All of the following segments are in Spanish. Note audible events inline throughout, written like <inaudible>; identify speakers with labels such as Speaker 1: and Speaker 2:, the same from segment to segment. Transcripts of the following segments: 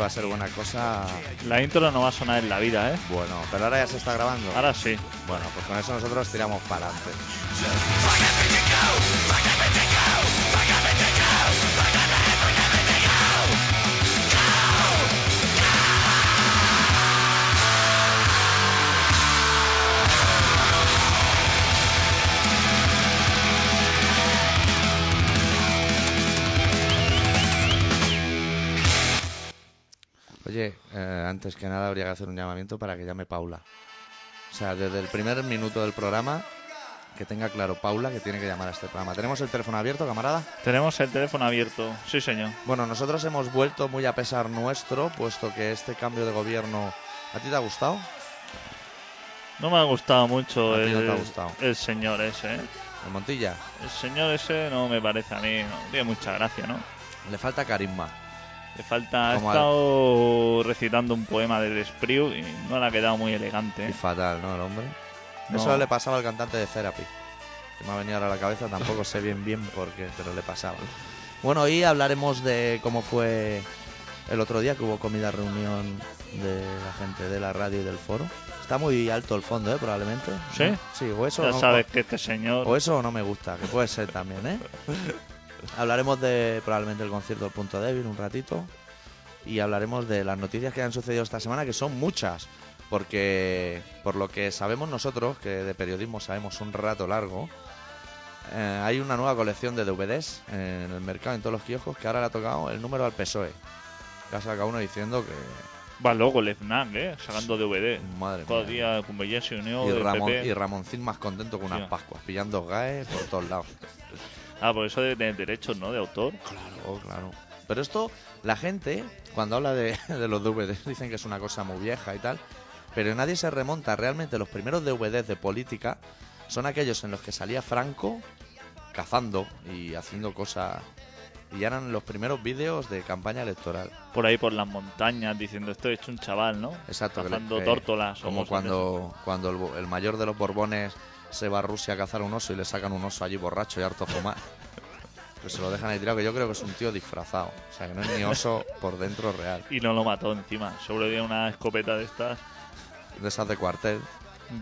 Speaker 1: va a ser buena cosa.
Speaker 2: La intro no va a sonar en la vida, ¿eh?
Speaker 1: Bueno, pero ahora ya se está grabando.
Speaker 2: Ahora sí.
Speaker 1: Bueno, pues con eso nosotros tiramos para adelante. Oye, eh, antes que nada habría que hacer un llamamiento para que llame Paula. O sea, desde el primer minuto del programa, que tenga claro Paula que tiene que llamar a este programa. ¿Tenemos el teléfono abierto, camarada?
Speaker 2: Tenemos el teléfono abierto. Sí, señor.
Speaker 1: Bueno, nosotros hemos vuelto muy a pesar nuestro, puesto que este cambio de gobierno... ¿A ti te ha gustado?
Speaker 2: No me ha gustado mucho
Speaker 1: A ti
Speaker 2: el,
Speaker 1: no te ha gustado.
Speaker 2: el señor ese, ¿eh?
Speaker 1: ¿En Montilla?
Speaker 2: El señor ese no me parece a mí, no tiene mucha gracia, ¿no?
Speaker 1: Le falta carisma.
Speaker 2: Le falta. Ha
Speaker 1: Como al-
Speaker 2: estado recitando un poema del Spriu y no le ha quedado muy elegante.
Speaker 1: Y
Speaker 2: ¿eh?
Speaker 1: fatal, ¿no? El hombre.
Speaker 2: No.
Speaker 1: Eso le pasaba al cantante de Therapy. Que me ha venido ahora a la cabeza, tampoco sé bien bien por qué, pero le pasaba. Bueno, hoy hablaremos de cómo fue el otro día que hubo comida reunión de la gente de la radio y del foro. Está muy alto el fondo, ¿eh? Probablemente.
Speaker 2: ¿Sí?
Speaker 1: ¿No? Sí, o eso,
Speaker 2: Ya
Speaker 1: no-
Speaker 2: sabes que este señor.
Speaker 1: o eso o no me gusta, que puede ser también, ¿eh? hablaremos de probablemente el concierto del punto débil un ratito y hablaremos de las noticias que han sucedido esta semana, que son muchas, porque por lo que sabemos nosotros, que de periodismo sabemos un rato largo, eh, hay una nueva colección de DVDs en el mercado, en todos los kioscos, que ahora le ha tocado el número al PSOE. Ya saca uno diciendo que...
Speaker 2: Va loco el FNAC, ¿eh? Sacando DVD.
Speaker 1: Madre
Speaker 2: Cada
Speaker 1: mía.
Speaker 2: día con se unió.
Speaker 1: Y,
Speaker 2: del
Speaker 1: Ramón,
Speaker 2: PP.
Speaker 1: y Ramoncín más contento que unas
Speaker 2: Hostia.
Speaker 1: pascuas, pillando gaes por todos lados.
Speaker 2: Ah, por eso de, de derechos, ¿no? De autor.
Speaker 1: Claro, Oh, claro. Pero esto, la gente, cuando habla de, <laughs> de los DVDs, dicen que es una cosa muy vieja y tal, pero nadie se remonta. Realmente los primeros DVDs de política son aquellos en los que salía Franco cazando y haciendo cosas... Y eran los primeros vídeos de campaña electoral.
Speaker 2: Por ahí por las montañas diciendo esto es un chaval, ¿no?
Speaker 1: Exacto. que le-
Speaker 2: Cazando
Speaker 1: que-
Speaker 2: tórtolas. o
Speaker 1: Como
Speaker 2: cosas de
Speaker 1: cuando, cuando el, bo- el mayor de los Borbones se va a Rusia a cazar un oso y le sacan un oso allí borracho y harto a
Speaker 2: <laughs>
Speaker 1: fumar. Que se lo dejan ahí tirado, que yo creo que es un tío disfrazado. O sea, que no es ni oso por dentro real.
Speaker 2: esas. Y no lo mató encima. Sobrevivió una escopeta de estas.
Speaker 1: De esas de cuartel,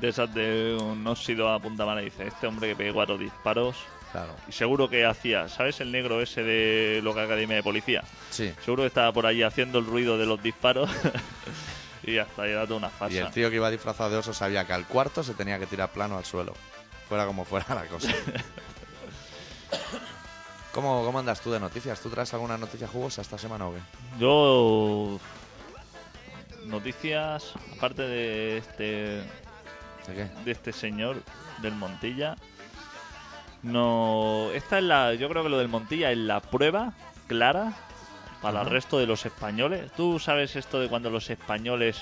Speaker 2: De esas de un óxido a punta mala. Dice, este hombre que pegue cuatro disparos.
Speaker 1: claro.
Speaker 2: Y seguro que hacía, ¿sabes? El negro ese de Loca Academia de Policía.
Speaker 1: Sí.
Speaker 2: Seguro que estaba por allí haciendo el ruido de los disparos. <laughs> y hasta era toda una
Speaker 1: Y el
Speaker 2: farsa.
Speaker 1: tío que iba disfrazado de oso sabía que al cuarto se tenía que tirar plano al suelo. Fuera como fuera la
Speaker 2: <laughs>
Speaker 1: cosa. ¿Cómo, ¿Cómo andas tú de noticias? ¿Tú traes alguna noticia jugosa esta semana o qué?
Speaker 2: Yo. Noticias, aparte de este
Speaker 1: ¿De qué?
Speaker 2: de este señor del Montilla. No, esta es la, yo creo que lo del Montilla es la prueba clara para el
Speaker 1: Ajá.
Speaker 2: resto de los españoles. Tú sabes esto de cuando los españoles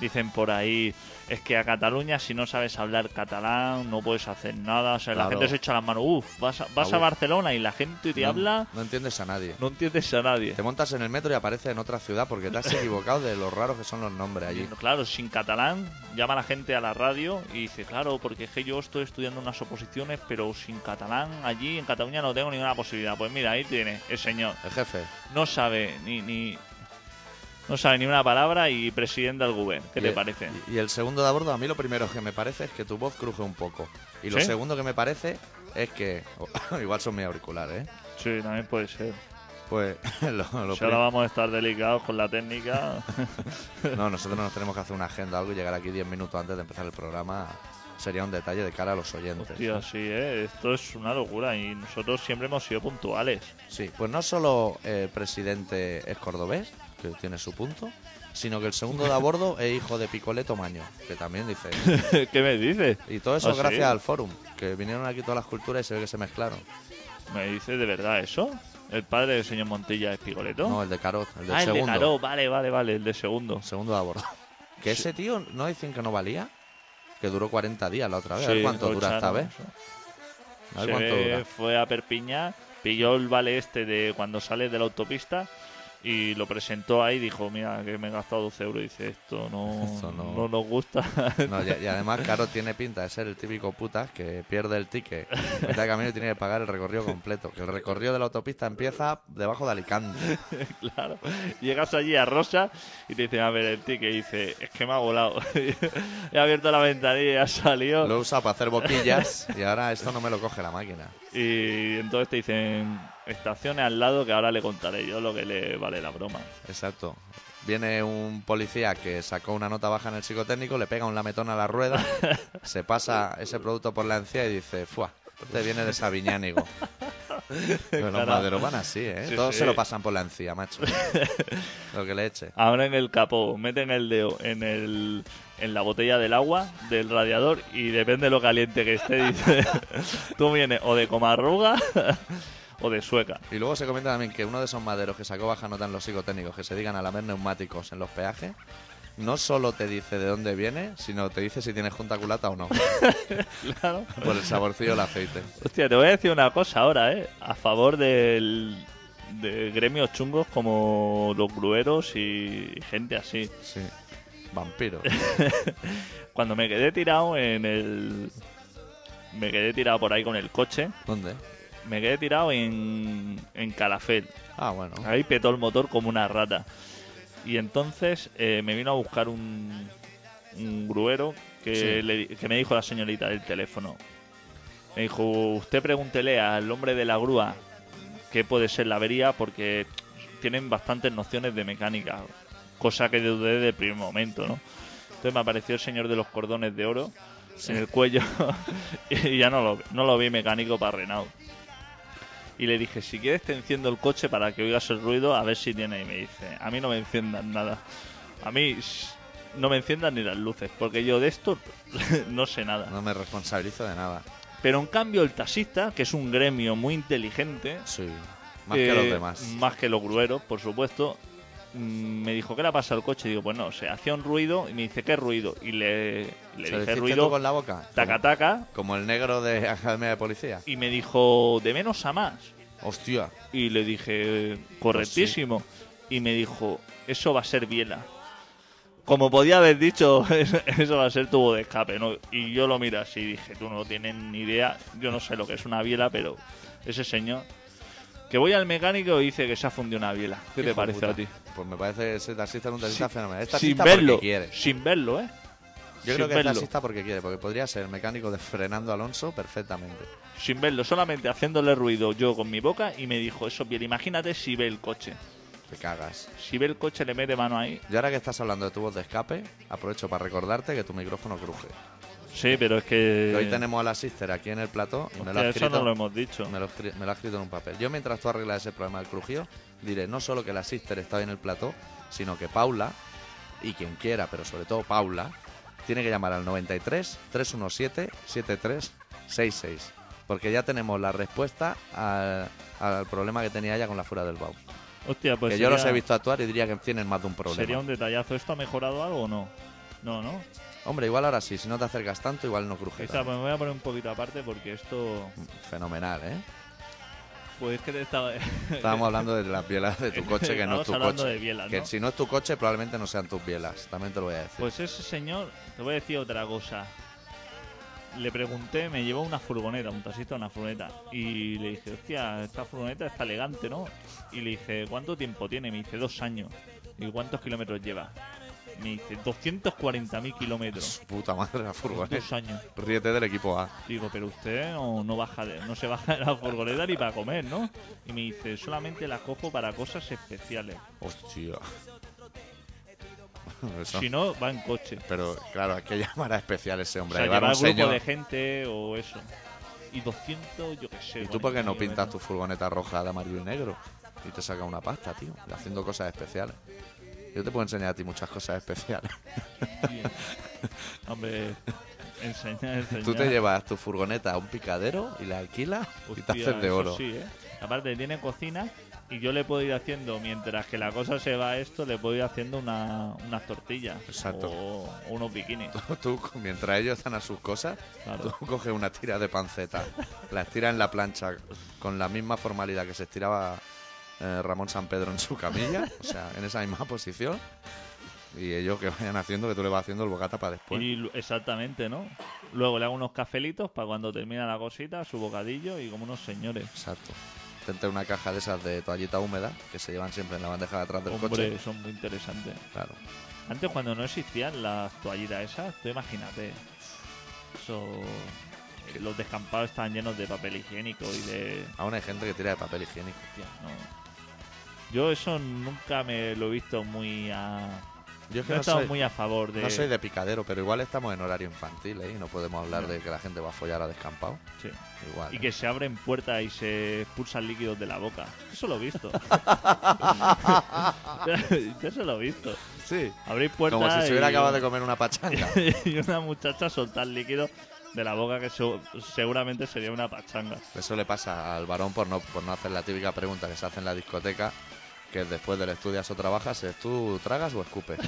Speaker 2: dicen por ahí es que a Cataluña si no sabes hablar catalán no puedes hacer nada, o sea, la
Speaker 1: Claro.
Speaker 2: gente se echa las manos, uff, vas a, vas a
Speaker 1: Abu-
Speaker 2: Barcelona y la gente te
Speaker 1: no,
Speaker 2: habla,
Speaker 1: No entiendes a nadie.
Speaker 2: no entiendes a nadie.
Speaker 1: Te montas en el metro y aparece en otra ciudad porque
Speaker 2: <laughs>
Speaker 1: te has equivocado de lo raros que son los nombres allí.
Speaker 2: Y, Claro, sin catalán, llama a la gente a la radio y dice, claro, porque es que yo estoy estudiando unas oposiciones, pero sin catalán allí en Cataluña no tengo ninguna posibilidad. Pues mira, ahí tiene el señor.
Speaker 1: El jefe.
Speaker 2: No sabe ni, ni no sabe ni una palabra y presidente del gobierno. ¿Qué
Speaker 1: Y
Speaker 2: te
Speaker 1: el-
Speaker 2: parece?
Speaker 1: Y, y el segundo de a bordo, a mí lo primero que me parece es que tu voz cruje un poco. Y lo
Speaker 2: ¿Sí?
Speaker 1: segundo que me parece es que. oh, <laughs> igual son mi auricular, ¿eh?
Speaker 2: Sí, también puede ser.
Speaker 1: Pues <laughs> lo, lo
Speaker 2: Si ahora vamos a estar delicados con la <laughs> técnica.
Speaker 1: prim- No, nosotros nos tenemos que hacer una agenda o algo y llegar aquí 10 minutos antes de empezar el programa sería un detalle de cara a los oyentes.
Speaker 2: Hostia, sí, ¿eh? Esto es una locura y nosotros siempre hemos sido puntuales.
Speaker 1: Sí, pues no solo el presidente es cordobés, que tiene su punto, sino que el segundo de a bordo es hijo de Picoleto Maño, que también dice.
Speaker 2: <laughs> ¿Qué me dices?
Speaker 1: Y todo eso
Speaker 2: ¿Ah, sí?
Speaker 1: gracias al forum, que vinieron aquí todas las culturas y se ve que se mezclaron.
Speaker 2: ¿Me dices de verdad eso? ¿El padre del señor Montilla es Pigoleto?
Speaker 1: No, el de Carot, el del
Speaker 2: ah,
Speaker 1: segundo.
Speaker 2: el de Caró, vale, vale, vale, el de segundo.
Speaker 1: Segundo de a bordo. <laughs> Que ese tío, ¿no dicen que no valía? Que duró 40 días la otra vez. a
Speaker 2: Sí,
Speaker 1: ver cuánto
Speaker 2: lo
Speaker 1: dura esta
Speaker 2: echaron,
Speaker 1: vez.
Speaker 2: eso.
Speaker 1: A ver
Speaker 2: Se
Speaker 1: cuánto
Speaker 2: ve-
Speaker 1: dura.
Speaker 2: Fue a Perpiña, pilló el vale este de cuando sales de la autopista Y lo presentó ahí y dijo, mira, que me he gastado 12 euros. Y dice, esto no,
Speaker 1: Esto no-
Speaker 2: no... nos gusta. <laughs>
Speaker 1: No, y, y además, claro, tiene pinta de ser el típico putas que pierde el
Speaker 2: <laughs>
Speaker 1: ticket a mitad de camino y tiene que pagar el recorrido completo. Que el recorrido de la autopista empieza debajo de Alicante.
Speaker 2: claro. Llegas allí a Rosa y te dicen, a ver, el ticket. Y dice, es que me ha volado. <laughs> he abierto la ventanilla y ha salido.
Speaker 1: Lo usa para hacer boquillas y ahora esto no me lo coge la máquina.
Speaker 2: Y entonces te dicen, estaciones al lado que ahora le contaré yo lo que le vale la broma.
Speaker 1: Exacto. Viene un policía que sacó una nota baja en el psicotécnico, le pega un lametón a la
Speaker 2: <laughs>
Speaker 1: rueda, se pasa ese producto por la encía y dice, ¡fua! Te viene de Sabiñánigo.
Speaker 2: <laughs>
Speaker 1: Pero los
Speaker 2: Claro.
Speaker 1: maderos van así, ¿eh?
Speaker 2: Sí,
Speaker 1: Todos
Speaker 2: sí.
Speaker 1: se lo pasan por la encía,
Speaker 2: <laughs>
Speaker 1: macho. Lo que le eche.
Speaker 2: abren el capó, meten el dedo en, el, en la botella del agua del radiador y depende lo caliente que esté, dice, <laughs> tú vienes o de comarruga <laughs> o de sueca.
Speaker 1: Y luego se comenta también que uno de esos maderos que sacó baja nota en los psicotécnicos, que se digan a lamer neumáticos en los peajes, no solo te dice de dónde viene, sino te dice si tienes junta culata o no,
Speaker 2: Claro.
Speaker 1: por el saborcillo del aceite.
Speaker 2: Hostia, te voy a decir una cosa ahora, ¿eh? A favor del, de gremios chungos como los grueros y gente así.
Speaker 1: Sí. Vampiro.
Speaker 2: Cuando me quedé tirado en el... Me quedé tirado por ahí con el coche.
Speaker 1: ¿Dónde?
Speaker 2: Me quedé tirado en, en Calafel.
Speaker 1: Ah, bueno.
Speaker 2: Ahí petó el motor como una rata. Y entonces eh, me vino a buscar un, un gruero que,
Speaker 1: Sí.
Speaker 2: le di- que me dijo la señorita del teléfono. Me dijo, usted pregúntele al hombre de la grúa qué puede ser la avería porque tienen bastantes nociones de mecánica, cosa que dudé desde el primer momento, ¿no? Entonces me apareció el señor de los cordones de oro en el cuello <laughs> y ya no lo, no lo vi mecánico para Renault. Y le dije, si quieres te enciendo el coche para que oigas el ruido, a ver si tiene. Y me dice, a mí no me enciendan nada. A mí shh, no me enciendan ni las luces, porque yo de esto <laughs> no sé nada.
Speaker 1: No me responsabilizo de nada.
Speaker 2: Pero en cambio el taxista, que es un gremio muy inteligente,
Speaker 1: Sí. Más
Speaker 2: eh,
Speaker 1: que los demás.
Speaker 2: Más que los grueros, por supuesto. Mm, Me dijo, ¿qué le ha pasado al coche? Y digo, pues no, se hacía un ruido y me dice, ¿qué ruido? Y le, le
Speaker 1: ¿Se lo
Speaker 2: dije
Speaker 1: hiciste
Speaker 2: ruido,
Speaker 1: tú con la boca?
Speaker 2: taca taca,
Speaker 1: Como el negro de Academia de Policía.
Speaker 2: y me dijo, de menos a más.
Speaker 1: Hostia.
Speaker 2: Y le dije, correctísimo. Y me dijo, eso va a ser biela. Como podía haber dicho, <laughs> eso va a ser tubo de escape, ¿no? Y yo lo miro así y dije, tú no tienes ni idea, yo no sé lo que es una biela, pero ese señor... Que voy al mecánico y dice que se ha fundido una biela. ¿Qué
Speaker 1: Hijo
Speaker 2: te parece
Speaker 1: puta.
Speaker 2: a ti?
Speaker 1: Pues me parece ese taxista es un taxista fenomenal. Es
Speaker 2: sin
Speaker 1: taxista
Speaker 2: verlo,
Speaker 1: porque quiere.
Speaker 2: sin verlo, ¿eh?
Speaker 1: Yo
Speaker 2: sin
Speaker 1: creo que
Speaker 2: verlo.
Speaker 1: es taxista porque quiere, porque podría ser el mecánico de Fernando Alonso perfectamente.
Speaker 2: Sin verlo, solamente haciéndole ruido yo con mi boca y me dijo, eso es biela. Imagínate si ve el coche.
Speaker 1: Te cagas.
Speaker 2: Si ve el coche, le mete mano ahí.
Speaker 1: Y ahora que estás hablando de tubos de escape, aprovecho para recordarte que tu micrófono cruje.
Speaker 2: Sí, pero es que...
Speaker 1: Que Hoy tenemos a la sister aquí en el plató y me lo, ha
Speaker 2: Eh. Hostia, eso
Speaker 1: escrito,
Speaker 2: no lo hemos dicho.
Speaker 1: me lo escri- me lo ha escrito en un papel. Yo mientras tú arreglas ese problema del crujido, diré no solo que la sister está hoy en el plató, sino que Paula, y quien quiera, pero sobre todo Paula, tiene que llamar al 93 317 7366. Porque ya tenemos la respuesta al, al problema que tenía ella con la fuera del BAU.
Speaker 2: Hostia, pues
Speaker 1: que yo
Speaker 2: sería-
Speaker 1: los he visto actuar y diría que tienen más de un problema.
Speaker 2: Sería un detallazo. ¿Esto ha mejorado algo o no? No, no.
Speaker 1: Hombre, igual ahora sí, si no te acercas tanto, igual no cruje.
Speaker 2: Esta, pues me voy a poner un poquito aparte porque esto.
Speaker 1: Fenomenal, ¿eh?
Speaker 2: Pues es que te estaba.
Speaker 1: Estábamos hablando de las bielas
Speaker 2: <laughs>
Speaker 1: de tu coche, que no es
Speaker 2: Estábamos
Speaker 1: tu
Speaker 2: hablando
Speaker 1: coche.
Speaker 2: de bielas,
Speaker 1: Que
Speaker 2: ¿no?
Speaker 1: si no es tu coche, probablemente no sean tus bielas. También te lo voy a decir.
Speaker 2: <laughs> Pues ese señor, te voy a decir otra cosa. Le pregunté, me llevó una furgoneta, un taxista una furgoneta. Y le dije, hostia, esta furgoneta está elegante, ¿no? Y le dije, ¿cuánto tiempo tiene? Me dice, dos años. ¿Y cuántos kilómetros lleva? Me dice, 240.000 kilómetros.
Speaker 1: Su Puta madre, la
Speaker 2: Dos
Speaker 1: furgoneta.
Speaker 2: años.
Speaker 1: Ríete del equipo A.
Speaker 2: Digo, pero usted no, no baja de- no se baja de la furgoneta ni para comer, ¿no? Y me dice, solamente la cojo para cosas especiales.
Speaker 1: Ah. Hostia. <laughs> Eso.
Speaker 2: Si no, va en coche.
Speaker 1: Pero claro, hay que llamar a especial ese
Speaker 2: O
Speaker 1: hombre.
Speaker 2: sea,
Speaker 1: Llevar a
Speaker 2: lleva
Speaker 1: un
Speaker 2: grupo
Speaker 1: señor.
Speaker 2: de gente o eso. Y 200, yo qué sé.
Speaker 1: ¿Y tú por qué no
Speaker 2: 40.000
Speaker 1: pintas tu
Speaker 2: metros.
Speaker 1: furgoneta roja de amarillo y negro? Y te saca una pasta, tío, haciendo cosas especiales. Yo te puedo enseñar a ti muchas cosas especiales. <laughs>
Speaker 2: Bien. Hombre, enseña,
Speaker 1: <laughs>
Speaker 2: enseña.
Speaker 1: Tú te llevas tu furgoneta a un picadero y la alquilas y te
Speaker 2: Hostia,
Speaker 1: haces de
Speaker 2: eso
Speaker 1: oro.
Speaker 2: Sí, ¿eh? Aparte, tiene cocina y yo le puedo ir haciendo, mientras que la cosa se va a esto, le puedo ir haciendo una, unas tortillas.
Speaker 1: Exacto.
Speaker 2: O, o unos bikinis.
Speaker 1: <laughs> Tú, mientras ellos están a sus cosas,
Speaker 2: Claro.
Speaker 1: tú <laughs> coges una tira de panceta, la estiras en la plancha con la misma formalidad que se estiraba eh, Ramón San Pedro en su camilla, o sea, en esa misma posición. Y ellos que vayan haciendo, que tú le vas haciendo el bocata para después.
Speaker 2: Y lu- exactamente, ¿no? Luego le hago unos cafelitos para cuando termina la cosita, su bocadillo y como unos señores.
Speaker 1: Exacto. Tente una caja de esas de toallita húmeda que se llevan siempre en la bandeja de atrás del
Speaker 2: Hombre,
Speaker 1: coche.
Speaker 2: son muy interesantes.
Speaker 1: Claro.
Speaker 2: Antes cuando no existían las toallitas esas, tú imagínate. Eso- eh,
Speaker 1: ¿Qué?
Speaker 2: Los descampados estaban llenos de papel higiénico y de...
Speaker 1: Aún hay gente que tira de papel higiénico.
Speaker 2: Hostia, no. Yo eso nunca me lo he visto muy a...
Speaker 1: Yo es que
Speaker 2: no he
Speaker 1: no,
Speaker 2: estado
Speaker 1: soy,
Speaker 2: muy a favor de...
Speaker 1: no soy de picadero, pero igual estamos en horario infantil ¿eh? y no podemos hablar
Speaker 2: No.
Speaker 1: de que la gente va a follar a descampado.
Speaker 2: Sí.
Speaker 1: Igual.
Speaker 2: Y
Speaker 1: ¿eh?
Speaker 2: que se abren puertas y se expulsan líquidos de la boca. Eso lo
Speaker 1: <laughs>
Speaker 2: he visto. Yo eso lo he visto.
Speaker 1: sí.
Speaker 2: Abrir puertas
Speaker 1: Como si se hubiera
Speaker 2: y-
Speaker 1: acabado de comer una pachanga.
Speaker 2: <laughs> y una muchacha soltar líquido de la boca que su- seguramente sería una pachanga.
Speaker 1: <laughs> Eso le pasa al varón por no, por no hacer la típica pregunta que se hace en la discoteca, que es después del estudias o trabajas, es tú tragas o <laughs> escupes.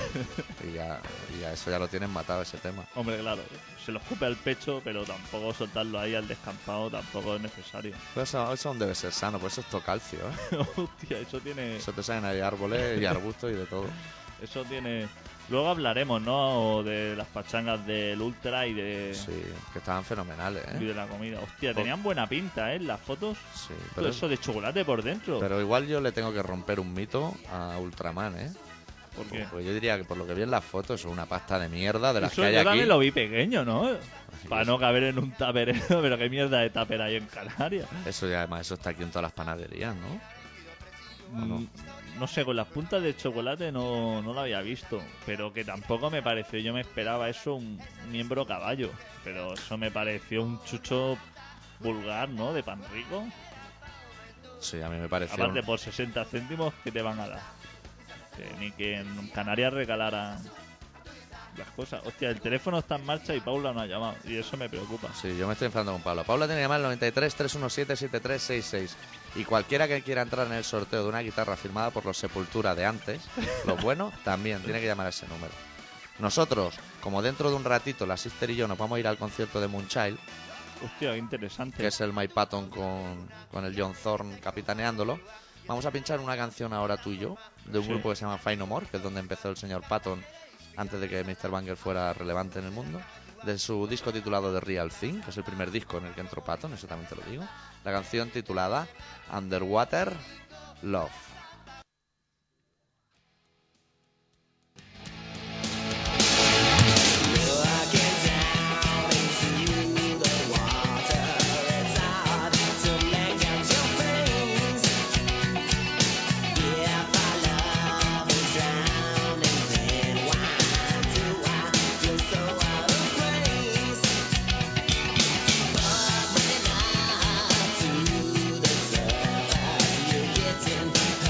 Speaker 1: y, ya, y ya eso ya lo tienen matado ese tema.
Speaker 2: Hombre, claro, se lo escupe al pecho, pero tampoco soltarlo ahí al descampado tampoco es necesario. <laughs>
Speaker 1: Pero eso, eso aún debe ser sano, pues eso es todo calcio. ¿eh?
Speaker 2: Hostia, eso tiene,
Speaker 1: Eso te salen ahí <laughs> árboles y arbustos y de todo.
Speaker 2: eso tiene. Luego hablaremos, ¿no? De las pachangas del ultra y de
Speaker 1: Sí, que estaban fenomenales,
Speaker 2: y
Speaker 1: ¿eh?
Speaker 2: de la comida. Hostia,
Speaker 1: Por-
Speaker 2: tenían buena pinta, ¿eh? Las fotos.
Speaker 1: Sí,
Speaker 2: Todo
Speaker 1: pero,
Speaker 2: eso de chocolate por dentro.
Speaker 1: pero igual yo le tengo que romper un mito a Ultraman, ¿eh?
Speaker 2: ¿Por qué?
Speaker 1: Pues yo diría que por lo que vi en las fotos es una pasta de mierda de las
Speaker 2: Eso
Speaker 1: que hay
Speaker 2: yo
Speaker 1: aquí. Pues
Speaker 2: también lo vi pequeño, ¿no? Para no caber en un taperero, <laughs> pero qué mierda de taper hay en Canarias.
Speaker 1: Eso ya además eso está aquí en todas las panaderías, ¿no? ¿O Ah, no?
Speaker 2: Mm, No sé, con las puntas de chocolate no, no lo había visto, pero que tampoco me pareció, yo me esperaba eso un miembro caballo, pero eso me pareció un chucho vulgar, ¿no? De pan rico,
Speaker 1: Sí, a mí me pareció.
Speaker 2: aparte
Speaker 1: un-
Speaker 2: por 60 céntimos que te van a dar. Que ni que en Canarias regalaran las cosas. Hostia, el teléfono está en marcha y Paula no ha llamado, y eso me preocupa.
Speaker 1: Sí, yo me estoy enfadando con Paula. Paula tiene que llamar al 93 317 7366. Y cualquiera que quiera entrar en el sorteo de una guitarra firmada por los Sepultura de antes, los buenos, también tiene que llamar a ese número. Nosotros, como dentro de un ratito la sister y yo nos vamos a ir al concierto de Moonchild,
Speaker 2: Hostia, qué interesante.
Speaker 1: que es el Mike Patton con, con el John Thorne capitaneándolo, vamos a pinchar una canción ahora tú y yo, de un
Speaker 2: Sí.
Speaker 1: grupo que se llama Fine No More, que es donde empezó el señor Patton antes de que Mr. Banger fuera relevante en el mundo, de su disco titulado The Real Thing, que es el primer disco en el que entró Patton, eso también te lo digo, la canción titulada Underwater Love.
Speaker 3: Getting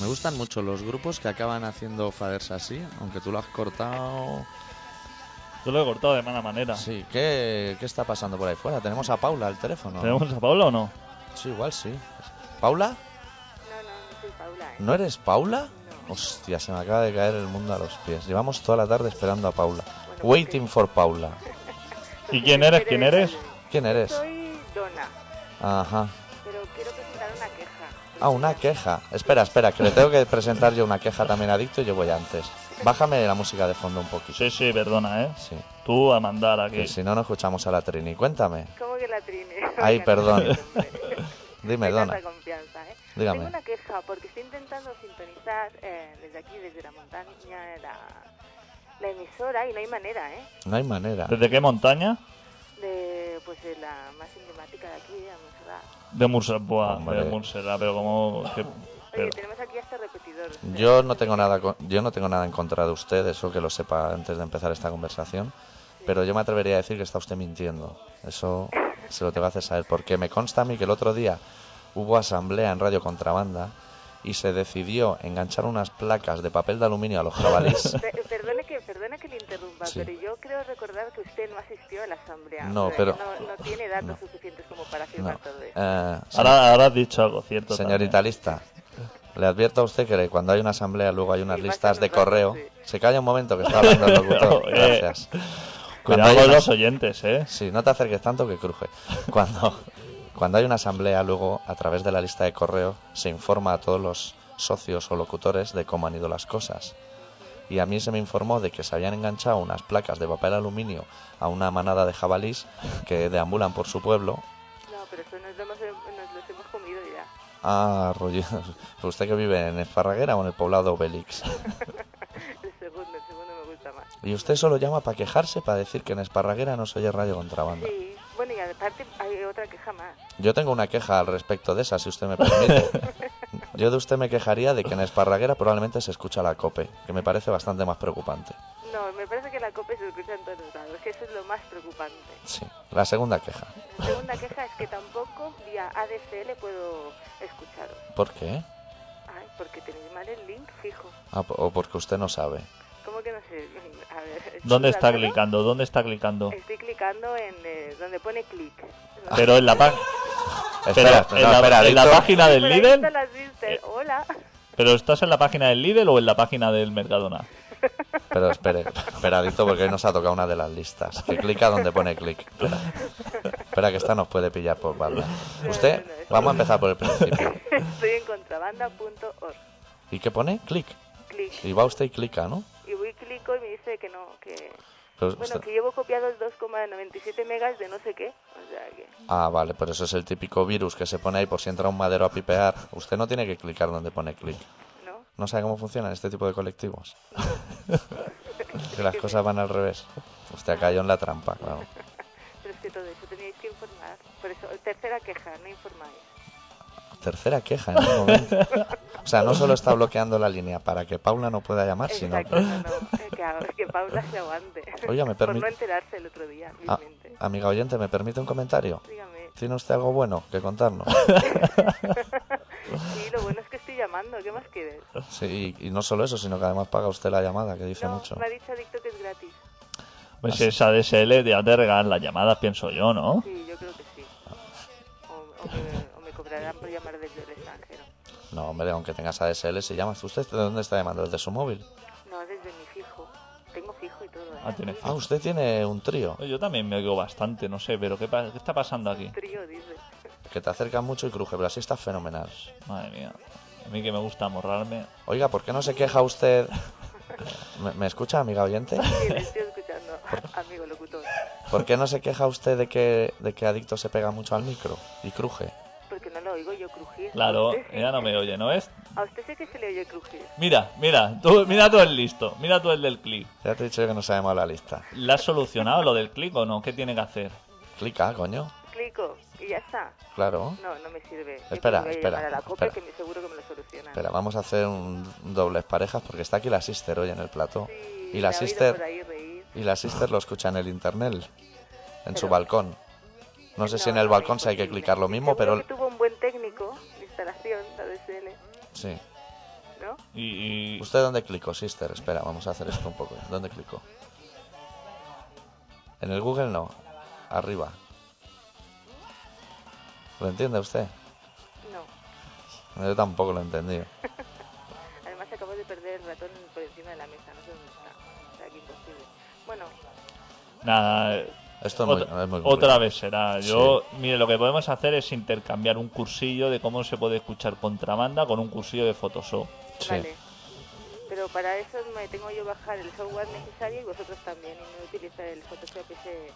Speaker 1: Me gustan mucho los grupos que acaban haciendo faders así, aunque tú lo has cortado.
Speaker 2: Yo lo he cortado de mala manera.
Speaker 1: Sí, ¿qué, qué está pasando por ahí fuera? Tenemos a Paula al teléfono.
Speaker 2: ¿Tenemos a Paula o no?
Speaker 1: Sí, igual sí. ¿Paula?
Speaker 3: No, no, no soy Paula. ¿eh?
Speaker 1: ¿No eres Paula?
Speaker 3: No.
Speaker 1: Hostia, se me acaba de caer el mundo a los pies. Llevamos toda la tarde esperando a Paula.
Speaker 3: Bueno, ¿por
Speaker 1: Waiting for Paula.
Speaker 3: Entonces,
Speaker 2: ¿Y quién eres?
Speaker 3: ¿qué
Speaker 2: ¿Quién
Speaker 3: quieres
Speaker 2: eres?
Speaker 3: decirme?
Speaker 1: ¿Quién eres?
Speaker 3: Soy Donna,
Speaker 1: Ajá.
Speaker 3: pero quiero presentar una queja.
Speaker 1: Ah, una queja. Espera, espera, que le tengo que presentar yo una queja también a Adicto y yo voy antes. Bájame la música de fondo un poquito.
Speaker 2: Sí, sí, perdona, ¿eh?
Speaker 1: Sí.
Speaker 2: Tú a mandar aquí.
Speaker 1: Que si no, no escuchamos a la Trini. Cuéntame.
Speaker 3: ¿Cómo que la trine?
Speaker 1: Ay,
Speaker 3: <laughs> Venga,
Speaker 1: perdón.
Speaker 3: hombre.
Speaker 1: Dime,
Speaker 3: Me
Speaker 1: Donna.
Speaker 3: tanta confianza, ¿eh?
Speaker 1: Dígame.
Speaker 3: Tengo una queja porque estoy intentando sintonizar eh, desde aquí, desde la montaña, la, la emisora y no hay manera, ¿eh?
Speaker 1: No hay manera.
Speaker 2: ¿Desde qué montaña?
Speaker 3: De, pues de la más emblemática de aquí, de Montserrat.
Speaker 2: De Montserrat. Buah,
Speaker 1: Hombre.
Speaker 2: de Montserrat, pero como... que-
Speaker 3: Oye,
Speaker 2: pero-
Speaker 3: tenemos aquí hasta repetidor.
Speaker 1: Yo no tengo nada con- yo no tengo nada en contra de usted, eso que lo sepa antes de empezar esta conversación, pero yo me atrevería a decir que está usted mintiendo. Eso se lo te va a hacer saber porque me consta a mí que el otro día hubo asamblea en Radio Contrabanda y se decidió enganchar unas placas de papel de aluminio a los
Speaker 3: <laughs>
Speaker 1: jabalíes.
Speaker 3: Pe- Perdone que, perdone que le interrumpa,
Speaker 1: Sí.
Speaker 3: pero yo creo recordar que usted no asistió a la asamblea.
Speaker 1: No,
Speaker 3: O sea,
Speaker 1: pero-
Speaker 3: No, no tiene datos
Speaker 1: no.
Speaker 3: suficientes como para afirmar
Speaker 1: No.
Speaker 3: todo eso.
Speaker 1: Eh,
Speaker 2: Ahora, ahora has dicho algo, ¿cierto?
Speaker 1: Señorita
Speaker 2: también.
Speaker 1: lista, le advierto a usted que cuando hay una asamblea luego hay unas
Speaker 3: Sí,
Speaker 1: listas
Speaker 3: pasan
Speaker 1: de
Speaker 3: un rato,
Speaker 1: correo.
Speaker 3: sí.
Speaker 1: Se calla un momento que está hablando el
Speaker 2: <laughs>
Speaker 1: locutor.
Speaker 2: Oye.
Speaker 1: Gracias. Cuando hay
Speaker 2: Cuidado con
Speaker 1: una-
Speaker 2: los oyentes, ¿eh?
Speaker 1: Sí, no te acerques tanto que cruje. Cuando, cuando hay una asamblea luego a través de la lista de correo se informa a todos los socios o locutores de cómo han ido las cosas. Y a mí se me informó de que se habían enganchado unas placas de papel aluminio a una manada de jabalís que deambulan por su pueblo
Speaker 3: No, pero eso nos, lo hemos, nos los hemos comido ya. <laughs>
Speaker 1: Ah, rollo. <laughs> Pero usted que vive en Esparraguera o en el poblado Obelix.
Speaker 3: El segundo, el segundo me gusta más.
Speaker 1: Y usted solo llama para quejarse, para decir que en Esparraguera no se oye radio contrabanda.
Speaker 3: Sí, bueno, y aparte hay otra queja más.
Speaker 1: Yo tengo una queja al respecto de esa, si usted me permite. Yo de usted me quejaría de que en Esparraguera probablemente se escucha la cope, que me parece bastante más preocupante.
Speaker 3: No, me parece que la copa se escucha en todos lados, que eso es lo más preocupante.
Speaker 1: Sí. La segunda queja.
Speaker 3: La segunda queja es que tampoco vía ADSL puedo escucharos.
Speaker 1: ¿Por qué?
Speaker 3: Ay, porque tenéis mal el link fijo.
Speaker 1: Ah, po- o porque usted no sabe.
Speaker 3: ¿Cómo que no sé? A ver.
Speaker 2: ¿Dónde está
Speaker 3: dándolo?
Speaker 2: clicando? ¿Dónde está clicando?
Speaker 3: Estoy clicando en eh, donde pone clic.
Speaker 1: Ah,
Speaker 2: Pero en la, pa- pero
Speaker 1: Espera, no,
Speaker 2: en la-
Speaker 1: espera,
Speaker 2: en la
Speaker 1: Víctor.
Speaker 2: página del
Speaker 3: Pero
Speaker 2: Lidl.
Speaker 3: esto lo has visto.
Speaker 2: Eh.
Speaker 3: Hola.
Speaker 2: ¿Pero estás en la página del Lidl o en la página del Mercadona?
Speaker 1: Pero espere, esperadito porque hoy nos ha tocado una de las listas. Que clica donde pone clic. Espera, Espera, que esta nos puede pillar por banda. Usted,
Speaker 3: no, esto
Speaker 1: vamos a empezar por el principio.
Speaker 3: <laughs> Estoy en contrabanda.org.
Speaker 1: ¿Y qué pone? Clic.
Speaker 3: Clic.
Speaker 1: Y va usted y clica, ¿no?
Speaker 3: Y voy clico y me dice que no, que...
Speaker 1: Pero
Speaker 3: Bueno,
Speaker 1: usted-
Speaker 3: que llevo copiados 2,97 megas de no sé qué. O sea que...
Speaker 1: Ah, vale, pero eso es el típico virus que se pone ahí por si entra un madero a pipear. Usted no tiene que clicar donde pone clic.
Speaker 3: ¿No?
Speaker 1: No sabe cómo funcionan este tipo de colectivos. <laughs> que las cosas van al revés. Usted ha caído en la trampa, claro.
Speaker 3: Pero es que todo eso teníais que informar. Por eso, tercera queja, no informáis.
Speaker 1: Tercera queja en un momento. O sea, no solo está bloqueando la línea para que Paula Ah, no pueda llamar, sino
Speaker 3: Exacto, no, no.
Speaker 1: <laughs>
Speaker 3: eh, Que, a- que Paula se aguante.
Speaker 1: Oiga, me
Speaker 3: Por
Speaker 1: permite-
Speaker 3: no enterarse el otro día,
Speaker 1: Ah,
Speaker 3: vilmente.
Speaker 1: amiga oyente, ¿me permite un comentario?
Speaker 3: Dígame.
Speaker 1: ¿Tiene usted algo bueno que contarnos?
Speaker 3: Sí, lo bueno es que estoy llamando, ¿qué más quieres?
Speaker 1: Sí, y, y no solo eso, sino que además paga usted la llamada, que dice
Speaker 3: no,
Speaker 1: mucho.
Speaker 3: me ha dicho Adicto que es gratis.
Speaker 2: Pues esa DSL ya te regalan las llamadas, pienso yo, ¿no?
Speaker 3: Sí, yo creo que sí. O, o me, o me cobrarán por llamar desde el extranjero.
Speaker 1: No, hombre, aunque tengas ADSL, si llamas usted, ¿de dónde está llamando? ¿Desde su móvil?
Speaker 3: No, desde mi fijo. Tengo fijo y todo. ¿eh?
Speaker 2: Ah, tiene
Speaker 1: Ah, usted tiene un trío,
Speaker 2: Yo también me oigo bastante, no sé, pero ¿qué, pa- qué está pasando aquí?
Speaker 3: Trío, dice.
Speaker 1: que te acerca mucho y cruje, pero así está fenomenal.
Speaker 2: Madre mía. A mí que me gusta morrarme.
Speaker 1: Oiga, ¿por qué no se queja usted? <laughs> ¿Me, me escucha, amiga oyente?
Speaker 3: Sí, le estoy
Speaker 1: <laughs>
Speaker 3: escuchando, amigo locutor.
Speaker 1: ¿Por qué no se queja usted de que, de que Adicto se pega mucho al micro y cruje?
Speaker 3: Porque no lo oigo yo crujir. A
Speaker 2: Claro,
Speaker 3: usted sí-
Speaker 2: ya no me oye, ¿no es?
Speaker 3: A usted sí que se le oye crujir.
Speaker 2: Mira, mira, tú, mira tú el listo, mira tú el del clic.
Speaker 1: Ya te he dicho yo que no sabemos la lista.
Speaker 2: ¿La has solucionado lo del clic o no? ¿Qué tiene que hacer?
Speaker 1: Clica, coño.
Speaker 3: Clico y ya está.
Speaker 1: Claro.
Speaker 3: No, no me sirve. Yo
Speaker 1: Espera,
Speaker 3: creo que voy a
Speaker 1: espera,
Speaker 3: llamar a la copa
Speaker 1: espera.
Speaker 3: que me, seguro que me lo solucionan.
Speaker 1: Espera, vamos a hacer un un dobles parejas porque está aquí la sister hoy en el plató.
Speaker 3: Sí,
Speaker 1: y la
Speaker 3: he oído
Speaker 1: sister
Speaker 3: por ahí reír.
Speaker 1: y la sister lo escucha en el internet, en su
Speaker 3: Pero-
Speaker 1: balcón. No sé si en
Speaker 3: No,
Speaker 1: el
Speaker 3: no,
Speaker 1: balcón si hay que
Speaker 3: imposible.
Speaker 1: clicar lo mismo,
Speaker 3: Seguro
Speaker 1: pero
Speaker 3: que tuvo un buen técnico de instalación, la DSL.
Speaker 1: sí.
Speaker 3: ¿no?
Speaker 2: Y, y-
Speaker 1: ¿Usted dónde clicó, sister? Espera, vamos a hacer esto un poco. ¿Dónde clicó? En el Google no. Arriba. ¿Lo entiende usted?
Speaker 3: No.
Speaker 1: Yo tampoco lo he entendido.
Speaker 3: Además acabo de perder el ratón por encima de la mesa, no sé dónde está. Está aquí imposible. Bueno,
Speaker 2: nada,
Speaker 1: Esto es muy,
Speaker 2: otra,
Speaker 1: es muy
Speaker 2: otra
Speaker 1: complicado.
Speaker 2: vez será. Yo, mire, lo que podemos hacer es intercambiar un cursillo de cómo se puede escuchar contrabanda con un cursillo de Photoshop.
Speaker 1: Sí.
Speaker 3: vale. Pero para eso me tengo yo bajar el software necesario y vosotros también. Y no utilizar el Photoshop ese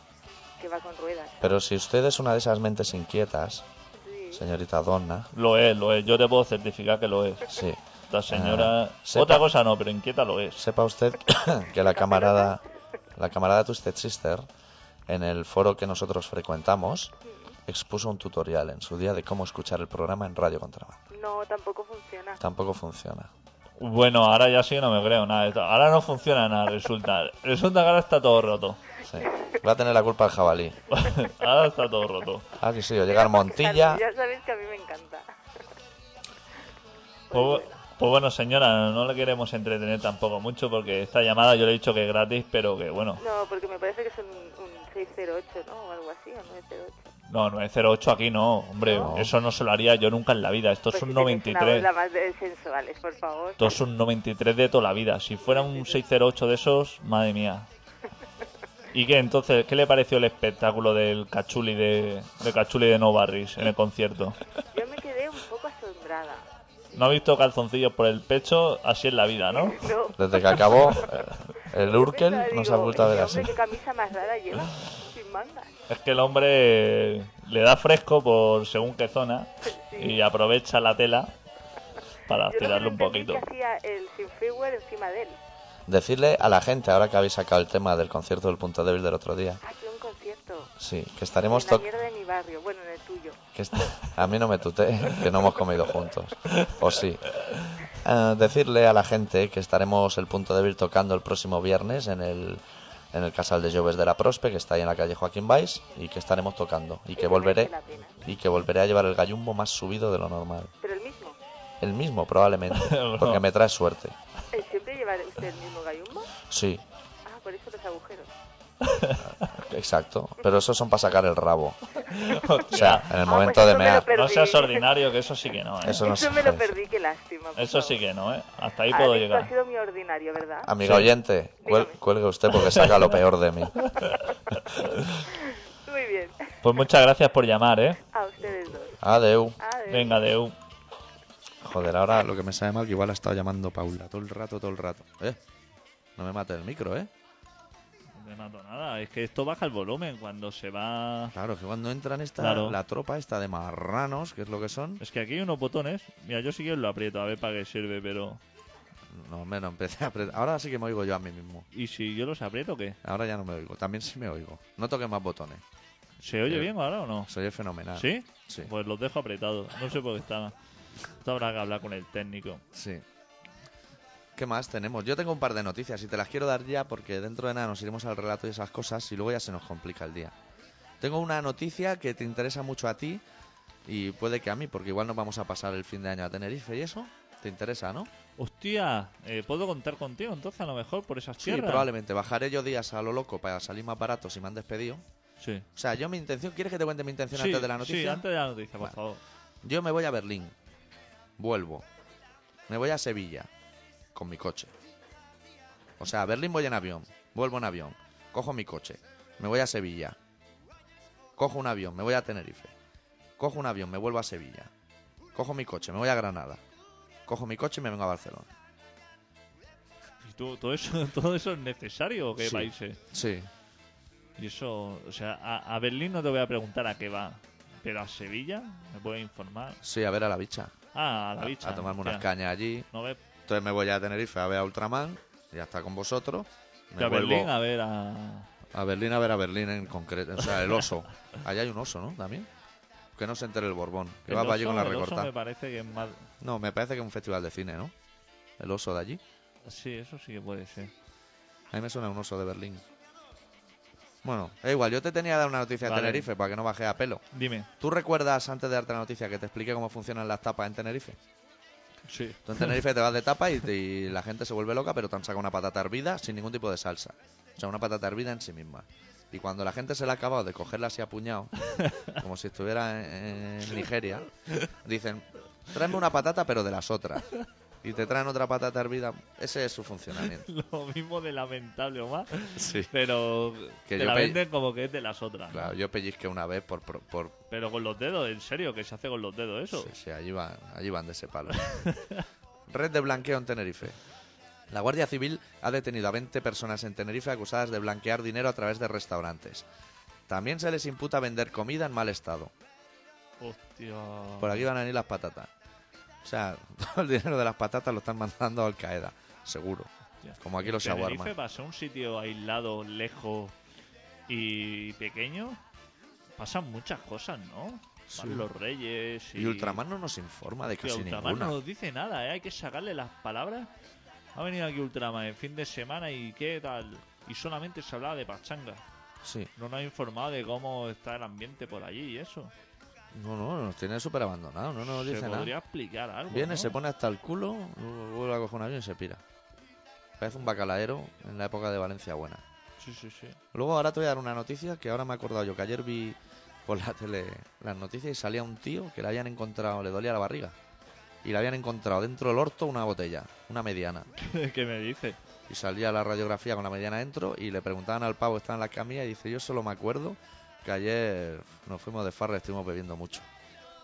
Speaker 3: que va con ruedas.
Speaker 1: Pero si usted es una de esas mentes inquietas,
Speaker 3: Sí.
Speaker 1: señorita Donna,
Speaker 2: Lo es, lo es. Yo te puedo certificar que lo es.
Speaker 1: sí,
Speaker 2: Esta señora.
Speaker 1: Ah, sepa-
Speaker 2: Otra cosa no, pero inquieta lo es.
Speaker 1: sepa usted <coughs> que la camarada, la camarada Twisted Sister, en el foro que nosotros frecuentamos, expuso un tutorial en su día de cómo escuchar el programa en Radio Contrabanda.
Speaker 3: No, tampoco funciona. <laughs>
Speaker 1: Tampoco funciona.
Speaker 2: Bueno, ahora ya sí no me creo nada. de esto. Ahora no funciona nada, resulta. Resulta que ahora está todo roto. <laughs>
Speaker 1: Sí. Va a tener la culpa el jabalí.
Speaker 2: ahora está todo roto.
Speaker 1: Ah, sí, sí, o llegar Montilla.
Speaker 3: Ya sabéis que a mí me encanta.
Speaker 2: Pues, pues bueno, señora, no le queremos entretener tampoco mucho porque esta llamada yo le he dicho que es gratis, pero que bueno,
Speaker 3: No, porque me parece que es un, un 608, ¿no? O algo así, o 908.
Speaker 2: no, no es 08 aquí, no, hombre,
Speaker 1: No.
Speaker 2: eso no se lo haría yo nunca en la vida. Esto
Speaker 3: Pues
Speaker 2: es un
Speaker 3: si tenéis Una
Speaker 2: 93,
Speaker 3: bola más de sensuales, por favor.
Speaker 2: esto es un 93 de toda la vida. Si fuera un 608 de esos, madre mía. ¿Y qué entonces? ¿Qué le pareció el espectáculo del cachuli de, de cachuli de No Barris en el concierto?
Speaker 3: Yo me quedé un poco asombrada.
Speaker 2: No ha visto calzoncillos por el pecho, así es la vida, ¿no?
Speaker 3: No.
Speaker 1: Desde que acabó eh, el Urkel,
Speaker 3: Pensaba,
Speaker 1: no se ha
Speaker 3: digo,
Speaker 1: vuelto a ver
Speaker 3: "Este
Speaker 1: así.
Speaker 3: hombre, qué camisa más rara lleva,
Speaker 1: <laughs>
Speaker 3: sin mangas.
Speaker 2: Es que el hombre le da fresco por según qué zona
Speaker 3: Sí.
Speaker 2: y aprovecha la tela para
Speaker 3: Yo lo que
Speaker 2: estirarlo
Speaker 3: no
Speaker 2: un
Speaker 3: entendí
Speaker 2: poquito.
Speaker 3: es que hacía el sin freeware encima de él.
Speaker 1: Decirle a la gente, ahora que habéis sacado el tema del concierto del punto débil del otro día,
Speaker 3: Ah, que un concierto.
Speaker 1: sí, que estaremos
Speaker 3: en la
Speaker 1: to-
Speaker 3: mierda de mi barrio, bueno, en el tuyo.
Speaker 1: que est- A mí no me tute, que no hemos comido juntos. O sí. Eh, decirle a la gente que estaremos el punto débil tocando el próximo viernes en el, en el Casal de Lloves de la Prospe, que está ahí en la calle Joaquín Valls, y que estaremos tocando. Y que
Speaker 3: Ese merece
Speaker 1: volveré,
Speaker 3: la pena.
Speaker 1: y que volveré a llevar el gallumbo más subido de lo normal.
Speaker 3: Pero el mismo.
Speaker 1: El mismo, <laughs> probablemente, porque me trae suerte.
Speaker 3: Eh, ¿Siempre lleva usted el mismo gallumbo?
Speaker 1: Sí,
Speaker 3: Ah, por eso los agujeros.
Speaker 1: exacto. Pero esos son para sacar el rabo.
Speaker 3: <laughs>
Speaker 2: <laughs>
Speaker 1: O
Speaker 2: Hostia,
Speaker 1: sea, en el
Speaker 3: Ah,
Speaker 1: momento
Speaker 3: pues
Speaker 1: de
Speaker 3: eso me lo
Speaker 1: mear.
Speaker 3: perdí.
Speaker 2: no seas ordinario, que eso sí que no,
Speaker 1: Eso
Speaker 2: ¿eh? Eso,
Speaker 1: no
Speaker 3: Eso
Speaker 1: se
Speaker 3: me lo
Speaker 1: puede.
Speaker 3: perdí, qué lástima. por favor.
Speaker 2: sí que no, ¿eh? Hasta ahí
Speaker 3: Ah,
Speaker 2: puedo
Speaker 3: esto ha
Speaker 2: llegar.
Speaker 3: sido mi ordinario, ¿verdad?
Speaker 1: Amiga
Speaker 2: Sí.
Speaker 1: oyente, cuel-
Speaker 3: Dígame.
Speaker 1: cuelgue usted porque saca lo peor <laughs> de mí.
Speaker 3: Muy bien. <laughs>
Speaker 2: Pues muchas gracias por llamar, ¿eh?
Speaker 3: A ustedes dos.
Speaker 1: Adeu.
Speaker 3: Adiós.
Speaker 2: Venga, Deu.
Speaker 1: Joder, ahora lo que me sabe mal que igual ha estado llamando Paula todo el rato, todo el rato. Eh, no me mate el micro, eh.
Speaker 2: No te mato nada, es que esto baja el volumen cuando se va...
Speaker 1: Claro, que cuando entran esta,
Speaker 2: Claro.
Speaker 1: la tropa esta de marranos, que es lo que son.
Speaker 2: Es que aquí hay unos botones. Mira, yo sí que lo aprieto, a ver para qué sirve, pero...
Speaker 1: No, hombre, no empecé a apretar. Ahora sí que me oigo yo a mí mismo.
Speaker 2: ¿Y si yo los aprieto qué?
Speaker 1: Ahora ya no me oigo. También sí me oigo. No toques más botones.
Speaker 2: ¿Se oye
Speaker 1: Eh,
Speaker 2: bien ahora o no?
Speaker 1: Soy fenomenal.
Speaker 2: ¿Sí?
Speaker 1: Sí.
Speaker 2: Pues los dejo apretados. No sé por qué estaba. Esto habrá que hablar con el técnico.
Speaker 1: Sí. ¿Qué más tenemos? Yo tengo un par de noticias y te las quiero dar ya porque dentro de nada nos iremos al relato y esas cosas y luego ya se nos complica el día. Tengo una noticia que te interesa mucho a ti y puede que a mí, porque igual nos vamos a pasar el fin de año a Tenerife y eso. ¿Te interesa, no?
Speaker 2: Hostia, eh, ¿puedo contar contigo entonces a lo mejor por esas
Speaker 1: Sí,
Speaker 2: tierras?
Speaker 1: probablemente. Bajaré yo días a lo loco para salir más barato si me han despedido.
Speaker 2: Sí.
Speaker 1: O sea, yo mi intención... ¿Quieres que te cuente mi intención
Speaker 2: Sí,
Speaker 1: antes de la
Speaker 2: sí,
Speaker 1: noticia?
Speaker 2: antes de la noticia, por
Speaker 1: Vale.
Speaker 2: favor.
Speaker 1: Yo me voy a Berlín. Vuelvo. Me voy a Sevilla. Con mi coche. O sea, a Berlín voy en avión. Vuelvo en avión. Cojo mi coche. Me voy a Sevilla. Cojo un avión. Me voy a Tenerife. Cojo un avión. Me vuelvo a Sevilla. Cojo mi coche. Me voy a Granada. Cojo mi coche y me vengo a Barcelona.
Speaker 2: ¿Y tú- todo, eso, <laughs> ¿Todo eso es necesario o qué
Speaker 1: Sí.
Speaker 2: países?
Speaker 1: Sí.
Speaker 2: Y eso, o sea, a, a Berlín no te voy a preguntar a qué va. Pero a Sevilla, ¿me puedes informar?
Speaker 1: Sí, a ver a la bicha.
Speaker 2: Ah, a la
Speaker 1: A-
Speaker 2: bicha.
Speaker 1: a tomarme
Speaker 2: hostia.
Speaker 1: unas cañas allí.
Speaker 2: No ves
Speaker 1: Entonces me voy a Tenerife a ver a Ultraman. Ya está con vosotros.
Speaker 2: que
Speaker 1: Me
Speaker 2: a
Speaker 1: vuelvo
Speaker 2: Berlín a ver a...
Speaker 1: A Berlín, a ver, a Berlín en concreto. O sea, el oso. Allá hay un oso, ¿no? También. Que no se entere el Borbón. Que
Speaker 2: El
Speaker 1: va para allí
Speaker 2: oso-
Speaker 1: con la
Speaker 2: el oso
Speaker 1: recorta.
Speaker 2: me parece que es más...
Speaker 1: No, me parece que es un festival de cine, ¿no? El oso de allí.
Speaker 2: Sí, eso sí que puede ser.
Speaker 1: A mí me suena un oso de Berlín. Bueno, es igual. Yo te tenía que dar una noticia
Speaker 2: Vale.
Speaker 1: de Tenerife para que no baje a pelo.
Speaker 2: Dime.
Speaker 1: ¿Tú recuerdas antes de darte la noticia que te expliqué cómo funcionan las tapas en Tenerife?
Speaker 2: Sí.
Speaker 1: Tú en Tenerife te vas de tapa y, y la gente se vuelve loca, pero te han sacado una patata hervida sin ningún tipo de salsa. O sea, una patata hervida en sí misma. Y cuando la gente se la ha acabado de cogerla así a puñado, como si estuviera en, en Nigeria, dicen, tráeme una patata pero de las otras. Y te traen otra patata hervida. Ese es su funcionamiento.
Speaker 2: <laughs> Lo mismo de lamentable o más,
Speaker 1: Sí.
Speaker 2: pero
Speaker 1: Que
Speaker 2: te
Speaker 1: yo
Speaker 2: la
Speaker 1: pe-
Speaker 2: venden como que es de las otras.
Speaker 1: Claro, yo pellizqué una vez por... por, por-
Speaker 2: Pero con los dedos, en serio, que se hace con los dedos eso.
Speaker 1: sí, sí, allí van, allí van de ese palo. <laughs> Red de blanqueo en Tenerife. La Guardia Civil ha detenido a 20 personas en Tenerife acusadas de blanquear dinero a través de restaurantes. También se les imputa vender comida en mal estado.
Speaker 2: Hostia.
Speaker 1: Por aquí van a venir las patatas. O sea, <laughs> todo el dinero de las patatas lo están mandando a Al Qaeda, seguro.
Speaker 2: Hostia.
Speaker 1: Como aquí los
Speaker 2: Tenerife
Speaker 1: shawarma.
Speaker 2: va a ser un sitio aislado, lejos y pequeño. Pasan muchas cosas, ¿no? Van
Speaker 1: Sí.
Speaker 2: los reyes y...
Speaker 1: Y Ultraman no nos informa de
Speaker 2: Hostia,
Speaker 1: casi
Speaker 2: Ultraman
Speaker 1: ninguna.
Speaker 2: no nos dice nada, ¿eh? Hay que sacarle las palabras. Ha venido aquí Ultraman el fin de semana y qué tal. Y solamente se hablaba de pachanga.
Speaker 1: Sí.
Speaker 2: No nos ha informado de cómo está el ambiente por allí y eso.
Speaker 1: No, no, nos tiene súper abandonado, no nos
Speaker 2: se
Speaker 1: dice nada.
Speaker 2: podría explicar algo.
Speaker 1: Viene,
Speaker 2: ¿no?
Speaker 1: se pone hasta el culo, luego vuelve a coger un avión y se pira. Parece un bacalaero en la época de Valencia Buena.
Speaker 2: Sí, sí, sí. <laughs>
Speaker 1: Luego ahora te voy a dar una noticia que ahora me he acordado yo, que ayer vi por la tele las noticias y salía un tío que le habían encontrado, le dolía la barriga. Y le habían encontrado dentro del orto una botella, una mediana.
Speaker 2: ¿Qué me dice?
Speaker 1: Y salía la radiografía con la mediana dentro y le preguntaban al pavo, estaba en la camilla y dice, yo solo me acuerdo que ayer nos fuimos de farra y estuvimos bebiendo mucho.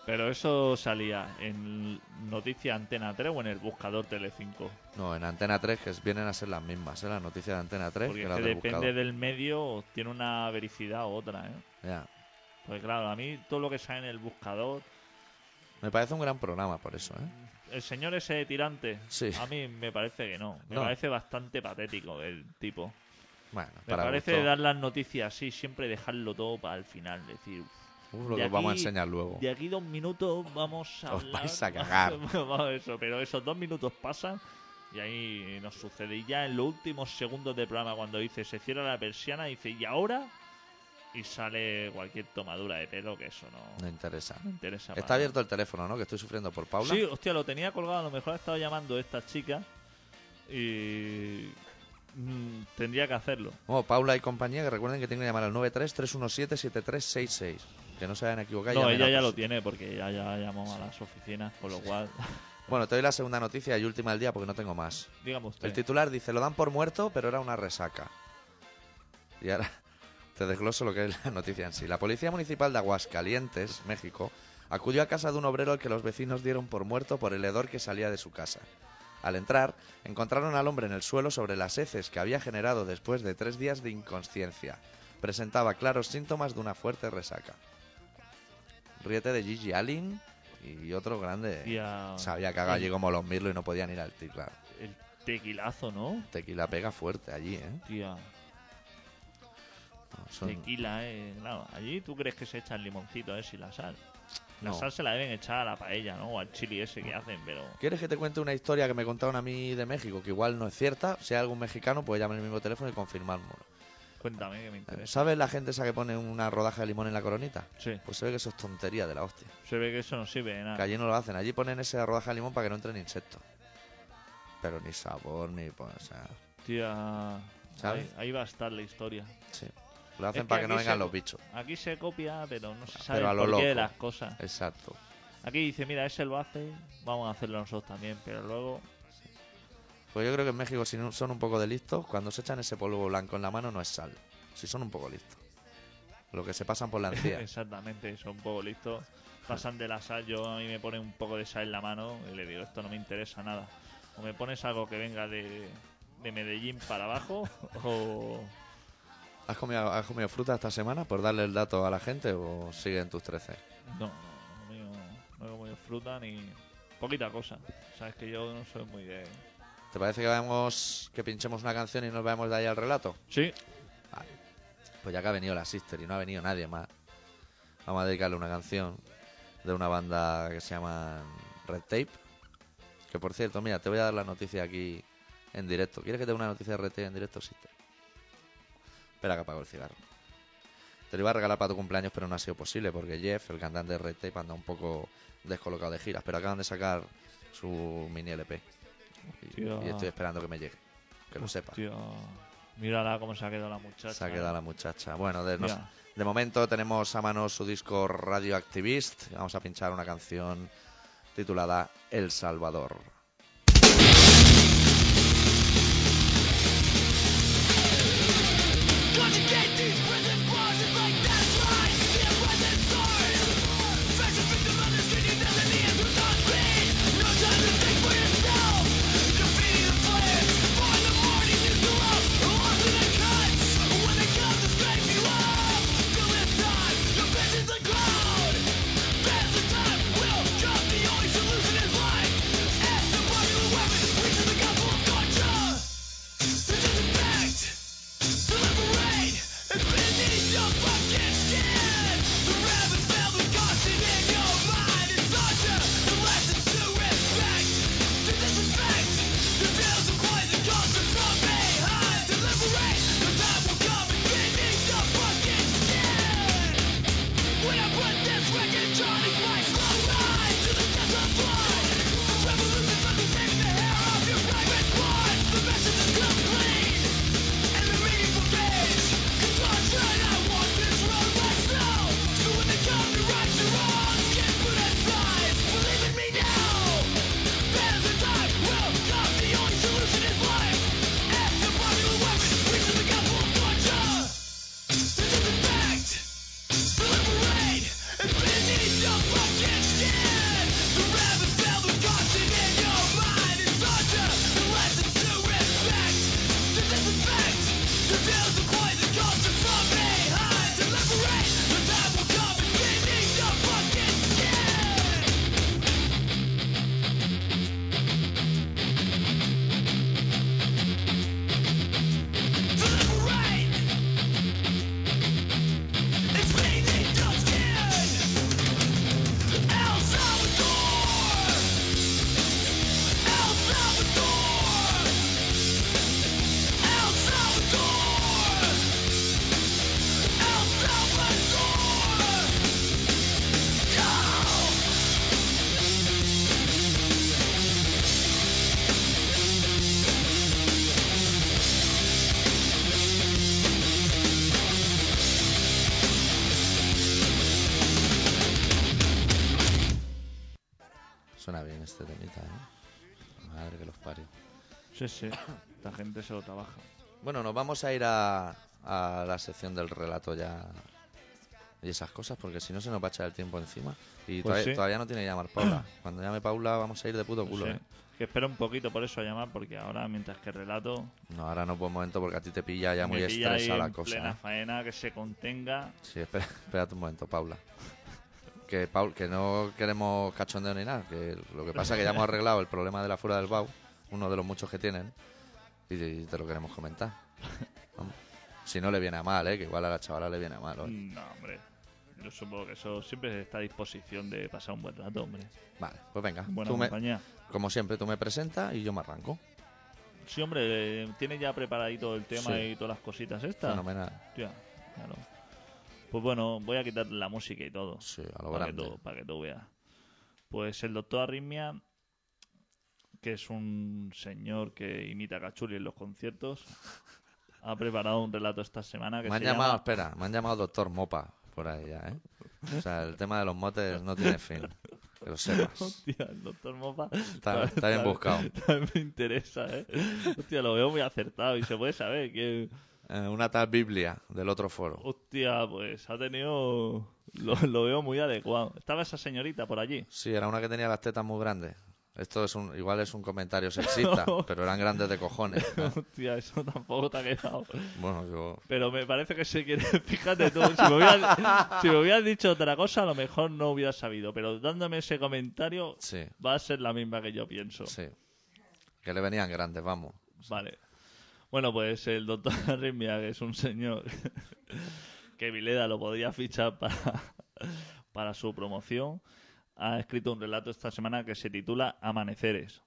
Speaker 2: Pero eso salía en Noticia Antena 3 o en el buscador Telecinco.
Speaker 1: No, en Antena 3, que es- vienen a ser las mismas, ¿eh? las noticias de Antena 3
Speaker 2: Porque
Speaker 1: que
Speaker 2: es
Speaker 1: las
Speaker 2: que
Speaker 1: del
Speaker 2: depende
Speaker 1: buscador.
Speaker 2: del medio, tiene una vericidad u otra, ¿eh?
Speaker 1: Ya.
Speaker 2: Porque claro, a mí todo lo que sale en el buscador...
Speaker 1: Me parece un gran programa por eso, ¿eh?
Speaker 2: El señor ese de tirante,
Speaker 1: Sí.
Speaker 2: a mí me parece que no. Me
Speaker 1: No.
Speaker 2: parece bastante patético el tipo.
Speaker 1: Bueno,
Speaker 2: Me
Speaker 1: para
Speaker 2: parece
Speaker 1: gusto.
Speaker 2: dar las noticias así, siempre dejarlo todo para el final. Decir, "Uf,
Speaker 1: Uh, lo
Speaker 2: de
Speaker 1: que os vamos a
Speaker 2: aquí-
Speaker 1: enseñar luego.
Speaker 2: de aquí dos minutos vamos a
Speaker 1: Os
Speaker 2: hablar-
Speaker 1: vais a
Speaker 2: <laughs>
Speaker 1: cagar.
Speaker 2: Vamos, eso, pero esos dos minutos pasan y ahí nos sucede. Y ya en los últimos segundos del programa, cuando dice se cierra la persiana, dice y ahora y sale cualquier tomadura de pelo que eso no
Speaker 1: No interesa.
Speaker 2: me interesa.
Speaker 1: Está
Speaker 2: para
Speaker 1: abierto el teléfono, ¿no? Que estoy sufriendo por Paula.
Speaker 2: Sí, hostia, lo tenía colgado. A lo mejor ha estado llamando esta chica y mm, tendría que hacerlo.
Speaker 1: Bueno, Oh, Paula y compañía, que recuerden que tienen que llamar al 93-317-7366. Que no se hayan equivocado. y
Speaker 2: no,
Speaker 1: llamen
Speaker 2: ella
Speaker 1: a
Speaker 2: ya
Speaker 1: otros.
Speaker 2: lo tiene porque ya, ya llamó a las oficinas, con lo cual, <laughs>
Speaker 1: Bueno, te doy la segunda noticia y última del día porque no tengo más.
Speaker 2: digamos usted.
Speaker 1: El titular dice, lo dan por muerto, pero era una resaca. Y ahora <laughs> te desgloso lo que es la noticia en sí. La Policía Municipal de Aguascalientes, México, acudió a casa de un obrero al que los vecinos dieron por muerto por el hedor que salía de su casa. Al entrar, encontraron al hombre en el suelo sobre las heces que había generado después de tres días de inconsciencia. Presentaba claros síntomas de una fuerte resaca. Ríete de Gigi Allen y otro grande.
Speaker 2: Y a-
Speaker 1: Sabía que allí
Speaker 2: el-
Speaker 1: como los Mirlo y no podían ir al titular.
Speaker 2: El tequilazo, ¿no?
Speaker 1: Tequila pega fuerte allí, ¿eh?
Speaker 2: Tía,
Speaker 1: No, son-
Speaker 2: tequila, eh. Claro, allí tú crees que se echa el limoncito, eh, y la sal. La
Speaker 1: no.
Speaker 2: sal se la deben echar a la paella, ¿no? O al chili ese que hacen, pero.
Speaker 1: ¿Quieres que te cuente una historia que me contaron a mí de México, que igual no es cierta? Si hay algún mexicano, pues llame el mismo teléfono y confirmármelo.
Speaker 2: Cuéntame que me interesa.
Speaker 1: ¿Sabes la gente esa que pone una rodaja de limón en la coronita?
Speaker 2: Sí, Ah.
Speaker 1: Pues se ve que eso es tontería de la hostia.
Speaker 2: se ve que eso no sirve de
Speaker 1: Que
Speaker 2: nada.
Speaker 1: allí no lo hacen. Allí ponen esa rodaja de limón para que no entren insectos. Pero ni sabor, ni... Pues, o sea,
Speaker 2: Tía.
Speaker 1: ¿Sabes?
Speaker 2: Ahí, ahí va a estar la historia.
Speaker 1: sí. Lo hacen
Speaker 2: Es que
Speaker 1: para que no
Speaker 2: aquí se-
Speaker 1: vengan los bichos.
Speaker 2: Aquí se copia, pero no se sabe
Speaker 1: pero a
Speaker 2: el
Speaker 1: lo
Speaker 2: porqué de
Speaker 1: loco.
Speaker 2: las cosas.
Speaker 1: Exacto.
Speaker 2: Aquí dice, mira, ese lo hace, vamos a hacerlo nosotros también, pero luego
Speaker 1: Pues yo creo que en México si no son un poco de listos, cuando se echan ese polvo blanco en la mano no es sal. Si son un poco listos. Lo que se pasan por la
Speaker 2: <laughs>
Speaker 1: encía.
Speaker 2: Exactamente, son un poco listos. Pasan de la sal, yo a mí me ponen un poco de sal en la mano y le digo, esto no me interesa nada. O me pones algo que venga de, de Medellín para abajo, o...
Speaker 1: ¿Has comido, ¿Has comido fruta esta semana por darle el dato a la gente o siguen tus 13?
Speaker 2: No, no, no, he comido- no he comido fruta ni... Poquita cosa. Sabes que yo no soy muy de...
Speaker 1: ¿Te parece que vamos, que pinchemos una canción y nos vamos de ahí al relato?
Speaker 2: Sí,
Speaker 1: Pues ya que ha venido la sister y no ha venido nadie más, vamos a dedicarle una canción de una banda que se llama Red Tape. Que por cierto, mira, te voy a dar la noticia aquí en directo. ¿Quieres que te dé una noticia de Red Tape en directo, sister? Espera que apago el cigarro. Te lo iba a regalar para tu cumpleaños, pero no ha sido posible porque Jeff, el cantante de Red Tape, anda un poco descolocado de giras. Pero acaban de sacar su mini LP. Y,
Speaker 2: Hostia.
Speaker 1: y estoy esperando que me llegue, que lo sepa.
Speaker 2: Hostia, mírala cómo se ha quedado la muchacha.
Speaker 1: Se ha quedado la muchacha. Bueno, de, nos-
Speaker 2: Hostia.
Speaker 1: de momento tenemos a mano su disco Radioactivist. Vamos a pinchar una canción titulada El Salvador. Suena bien este temita, ¿eh? Madre que los parió.
Speaker 2: Sí, sí. Esta gente se lo trabaja.
Speaker 1: Bueno, nos vamos a ir a, a la sección del relato ya y esas cosas, porque si no se nos va a echar el tiempo encima. Y
Speaker 2: Pues
Speaker 1: todavía,
Speaker 2: sí. Pues
Speaker 1: todavía no tiene que llamar
Speaker 2: <clears throat>
Speaker 1: Paula. Cuando llame Paula vamos a ir de puto culo,
Speaker 2: Sí.
Speaker 1: ¿eh?
Speaker 2: Que espera un poquito por eso a llamar, porque ahora, mientras que relato,
Speaker 1: No, ahora no es buen momento porque a ti te pilla ya
Speaker 2: me
Speaker 1: muy
Speaker 2: pilla ahí
Speaker 1: estresada la
Speaker 2: en
Speaker 1: cosa.
Speaker 2: plena
Speaker 1: ¿eh?
Speaker 2: faena, que se contenga.
Speaker 1: Sí, espera, <laughs> espérate un momento, Paula. Que, Paul, que no queremos cachondeo ni nada. Que lo que pasa es que ya hemos arreglado el problema de la fura del BAU, uno de los muchos que tienen, y, y te lo queremos comentar. Vamos. Si no le viene a mal, ¿eh? que igual a la chavala le viene a mal. hoy.
Speaker 2: No, hombre. Yo supongo que eso siempre está a disposición de pasar un buen rato, hombre.
Speaker 1: Vale, pues venga.
Speaker 2: Buena
Speaker 1: tú me-
Speaker 2: compañía.
Speaker 1: como siempre, tú me presentas y yo me arranco.
Speaker 2: Sí, hombre, eh, tiene ya preparadito el tema
Speaker 1: Sí.
Speaker 2: y todas las cositas estas.
Speaker 1: Fenomenal.
Speaker 2: Hostia, claro. Pues bueno, voy a quitar la música y todo.
Speaker 1: Sí, a lo
Speaker 2: Para que,
Speaker 1: grande.
Speaker 2: tú, para que tú veas. Pues el doctor Arritmia, que es un señor que imita a Cachuli en los conciertos, ha preparado un relato esta semana que
Speaker 1: Me han
Speaker 2: se
Speaker 1: llamado,
Speaker 2: llama...
Speaker 1: espera, me han llamado Doctor Mopa por ahí ya, ¿eh? O sea, el tema de los motes no tiene fin. Que lo
Speaker 2: <laughs>
Speaker 1: sepas.
Speaker 2: <laughs> Hostia, el doctor Mopa.
Speaker 1: Está, está bien buscado.
Speaker 2: también <laughs> me interesa, ¿eh? Hostia, lo veo muy acertado y se puede saber que...
Speaker 1: Eh, una tal Biblia del otro foro.
Speaker 2: Hostia, pues ha tenido... Lo, lo veo muy adecuado. Estaba esa señorita por allí.
Speaker 1: Sí, era una que tenía las tetas muy grandes. Esto es un, igual es un comentario sexista, pero eran grandes de cojones. ¿no?
Speaker 2: <laughs> Hostia, eso tampoco te ha quedado.
Speaker 1: Bueno, yo...
Speaker 2: Pero me parece que se quiere. <laughs> Fíjate tú, si me, hubieras, si me hubieras dicho otra cosa, a lo mejor no hubiera sabido. Pero dándome ese comentario,
Speaker 1: Sí,
Speaker 2: va a ser la misma que yo pienso.
Speaker 1: sí. Que le venían grandes, vamos.
Speaker 2: Vale. Bueno, pues el doctor <laughs> Arritmia, que es un señor <laughs> que Vileda lo podría fichar para, <laughs> para su promoción, ha escrito un relato esta semana que se titula Amaneceres.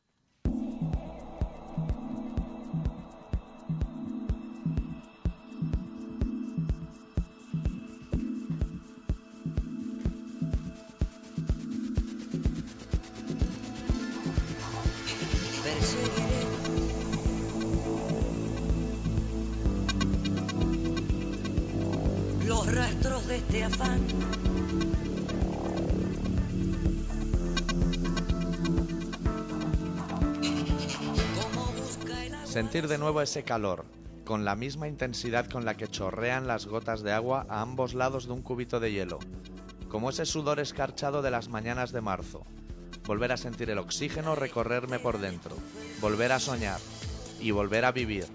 Speaker 4: los rastros de este afán. Como busca el agua-
Speaker 1: Sentir de nuevo ese calor, con la misma intensidad con la que chorrean las gotas de agua a ambos lados de un cubito de hielo, como ese sudor escarchado de las mañanas de marzo. Volver a sentir el oxígeno recorrerme por dentro, volver a soñar y volver a vivir.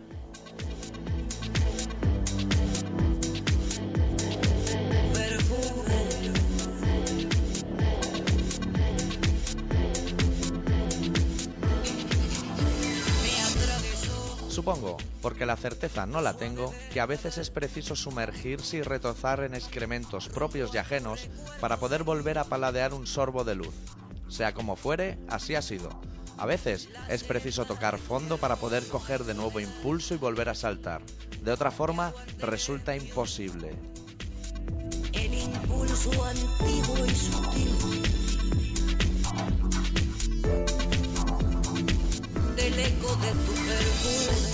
Speaker 1: Supongo, porque la certeza no la tengo, que a veces es preciso sumergirse y retozar en excrementos propios y ajenos para poder volver a paladear un sorbo de luz. Sea como fuere, así ha sido. A veces es preciso tocar fondo para poder coger de nuevo impulso y volver a saltar. De otra forma, resulta imposible.
Speaker 4: el impulso antiguo y sutil del eco de tu perfume.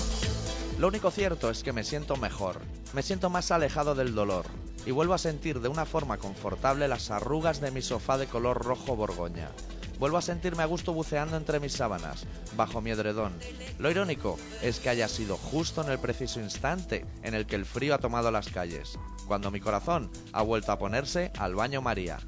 Speaker 1: Lo único cierto es que me siento mejor, me siento más alejado del dolor y vuelvo a sentir de una forma confortable las arrugas de mi sofá de color rojo borgoña. Vuelvo a sentirme a gusto buceando entre mis sábanas, bajo mi edredón. Lo irónico es que haya sido justo en el preciso instante en el que el frío ha tomado las calles, cuando mi corazón ha vuelto a ponerse al baño María.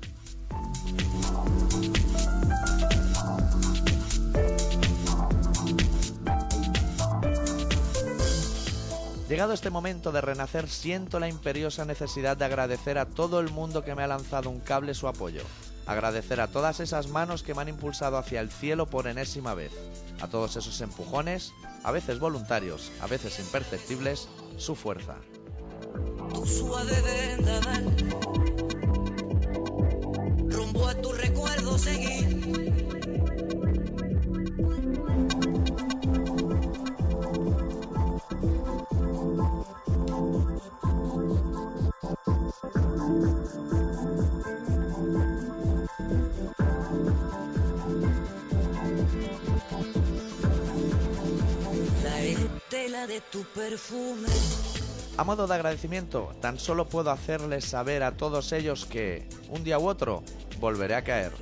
Speaker 1: Llegado este momento de renacer, siento la imperiosa necesidad de agradecer a todo el mundo que me ha lanzado un cable su apoyo. Agradecer a todas esas manos que me han impulsado hacia el cielo por enésima vez. A todos esos empujones, a veces voluntarios, a veces imperceptibles, su fuerza.
Speaker 4: Tu suave vendaval rumbo a tu recuerdo seguir. La estela de tu perfume.
Speaker 1: A modo de agradecimiento, tan solo puedo hacerles saber a todos ellos que, un día u otro, volveré a caer.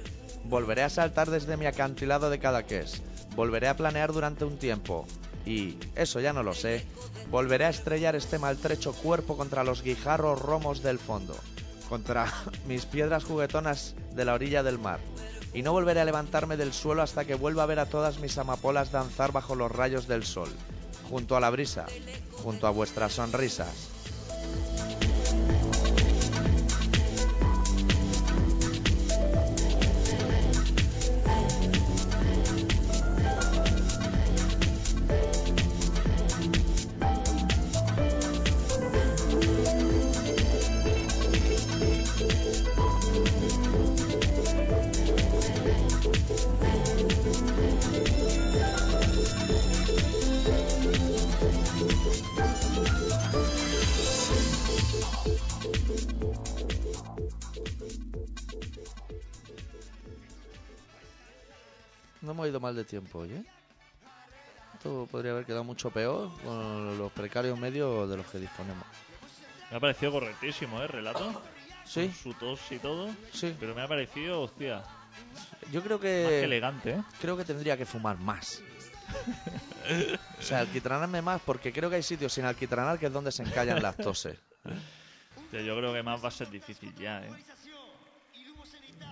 Speaker 1: Volveré a saltar desde mi acantilado de Cadaqués. Volveré a planear durante un tiempo. Y, eso ya no lo sé, volveré a estrellar este maltrecho cuerpo contra los guijarros romos del fondo. Contra <laughs> mis piedras juguetonas de la orilla del mar. Y no volveré a levantarme del suelo hasta que vuelva a ver a todas mis amapolas danzar bajo los rayos del sol junto a la brisa, junto a vuestras sonrisas. No hemos ido mal de tiempo hoy, ¿eh? Esto podría haber quedado mucho peor con los precarios medios de los que disponemos.
Speaker 2: Me ha parecido correctísimo, ¿eh? el Relato.
Speaker 1: Sí,
Speaker 2: Con Su tos y todo.
Speaker 1: sí.
Speaker 2: Pero me ha parecido, hostia, más
Speaker 1: Yo creo
Speaker 2: que
Speaker 1: que
Speaker 2: elegante, ¿eh?
Speaker 1: creo que tendría que fumar
Speaker 2: <laughs>
Speaker 1: más. O sea, alquitranarme más porque creo que hay sitios sin alquitranar que es donde se encallan las
Speaker 2: <laughs>
Speaker 1: toses.
Speaker 2: Hostia, yo creo que más va a ser difícil ya, ¿eh?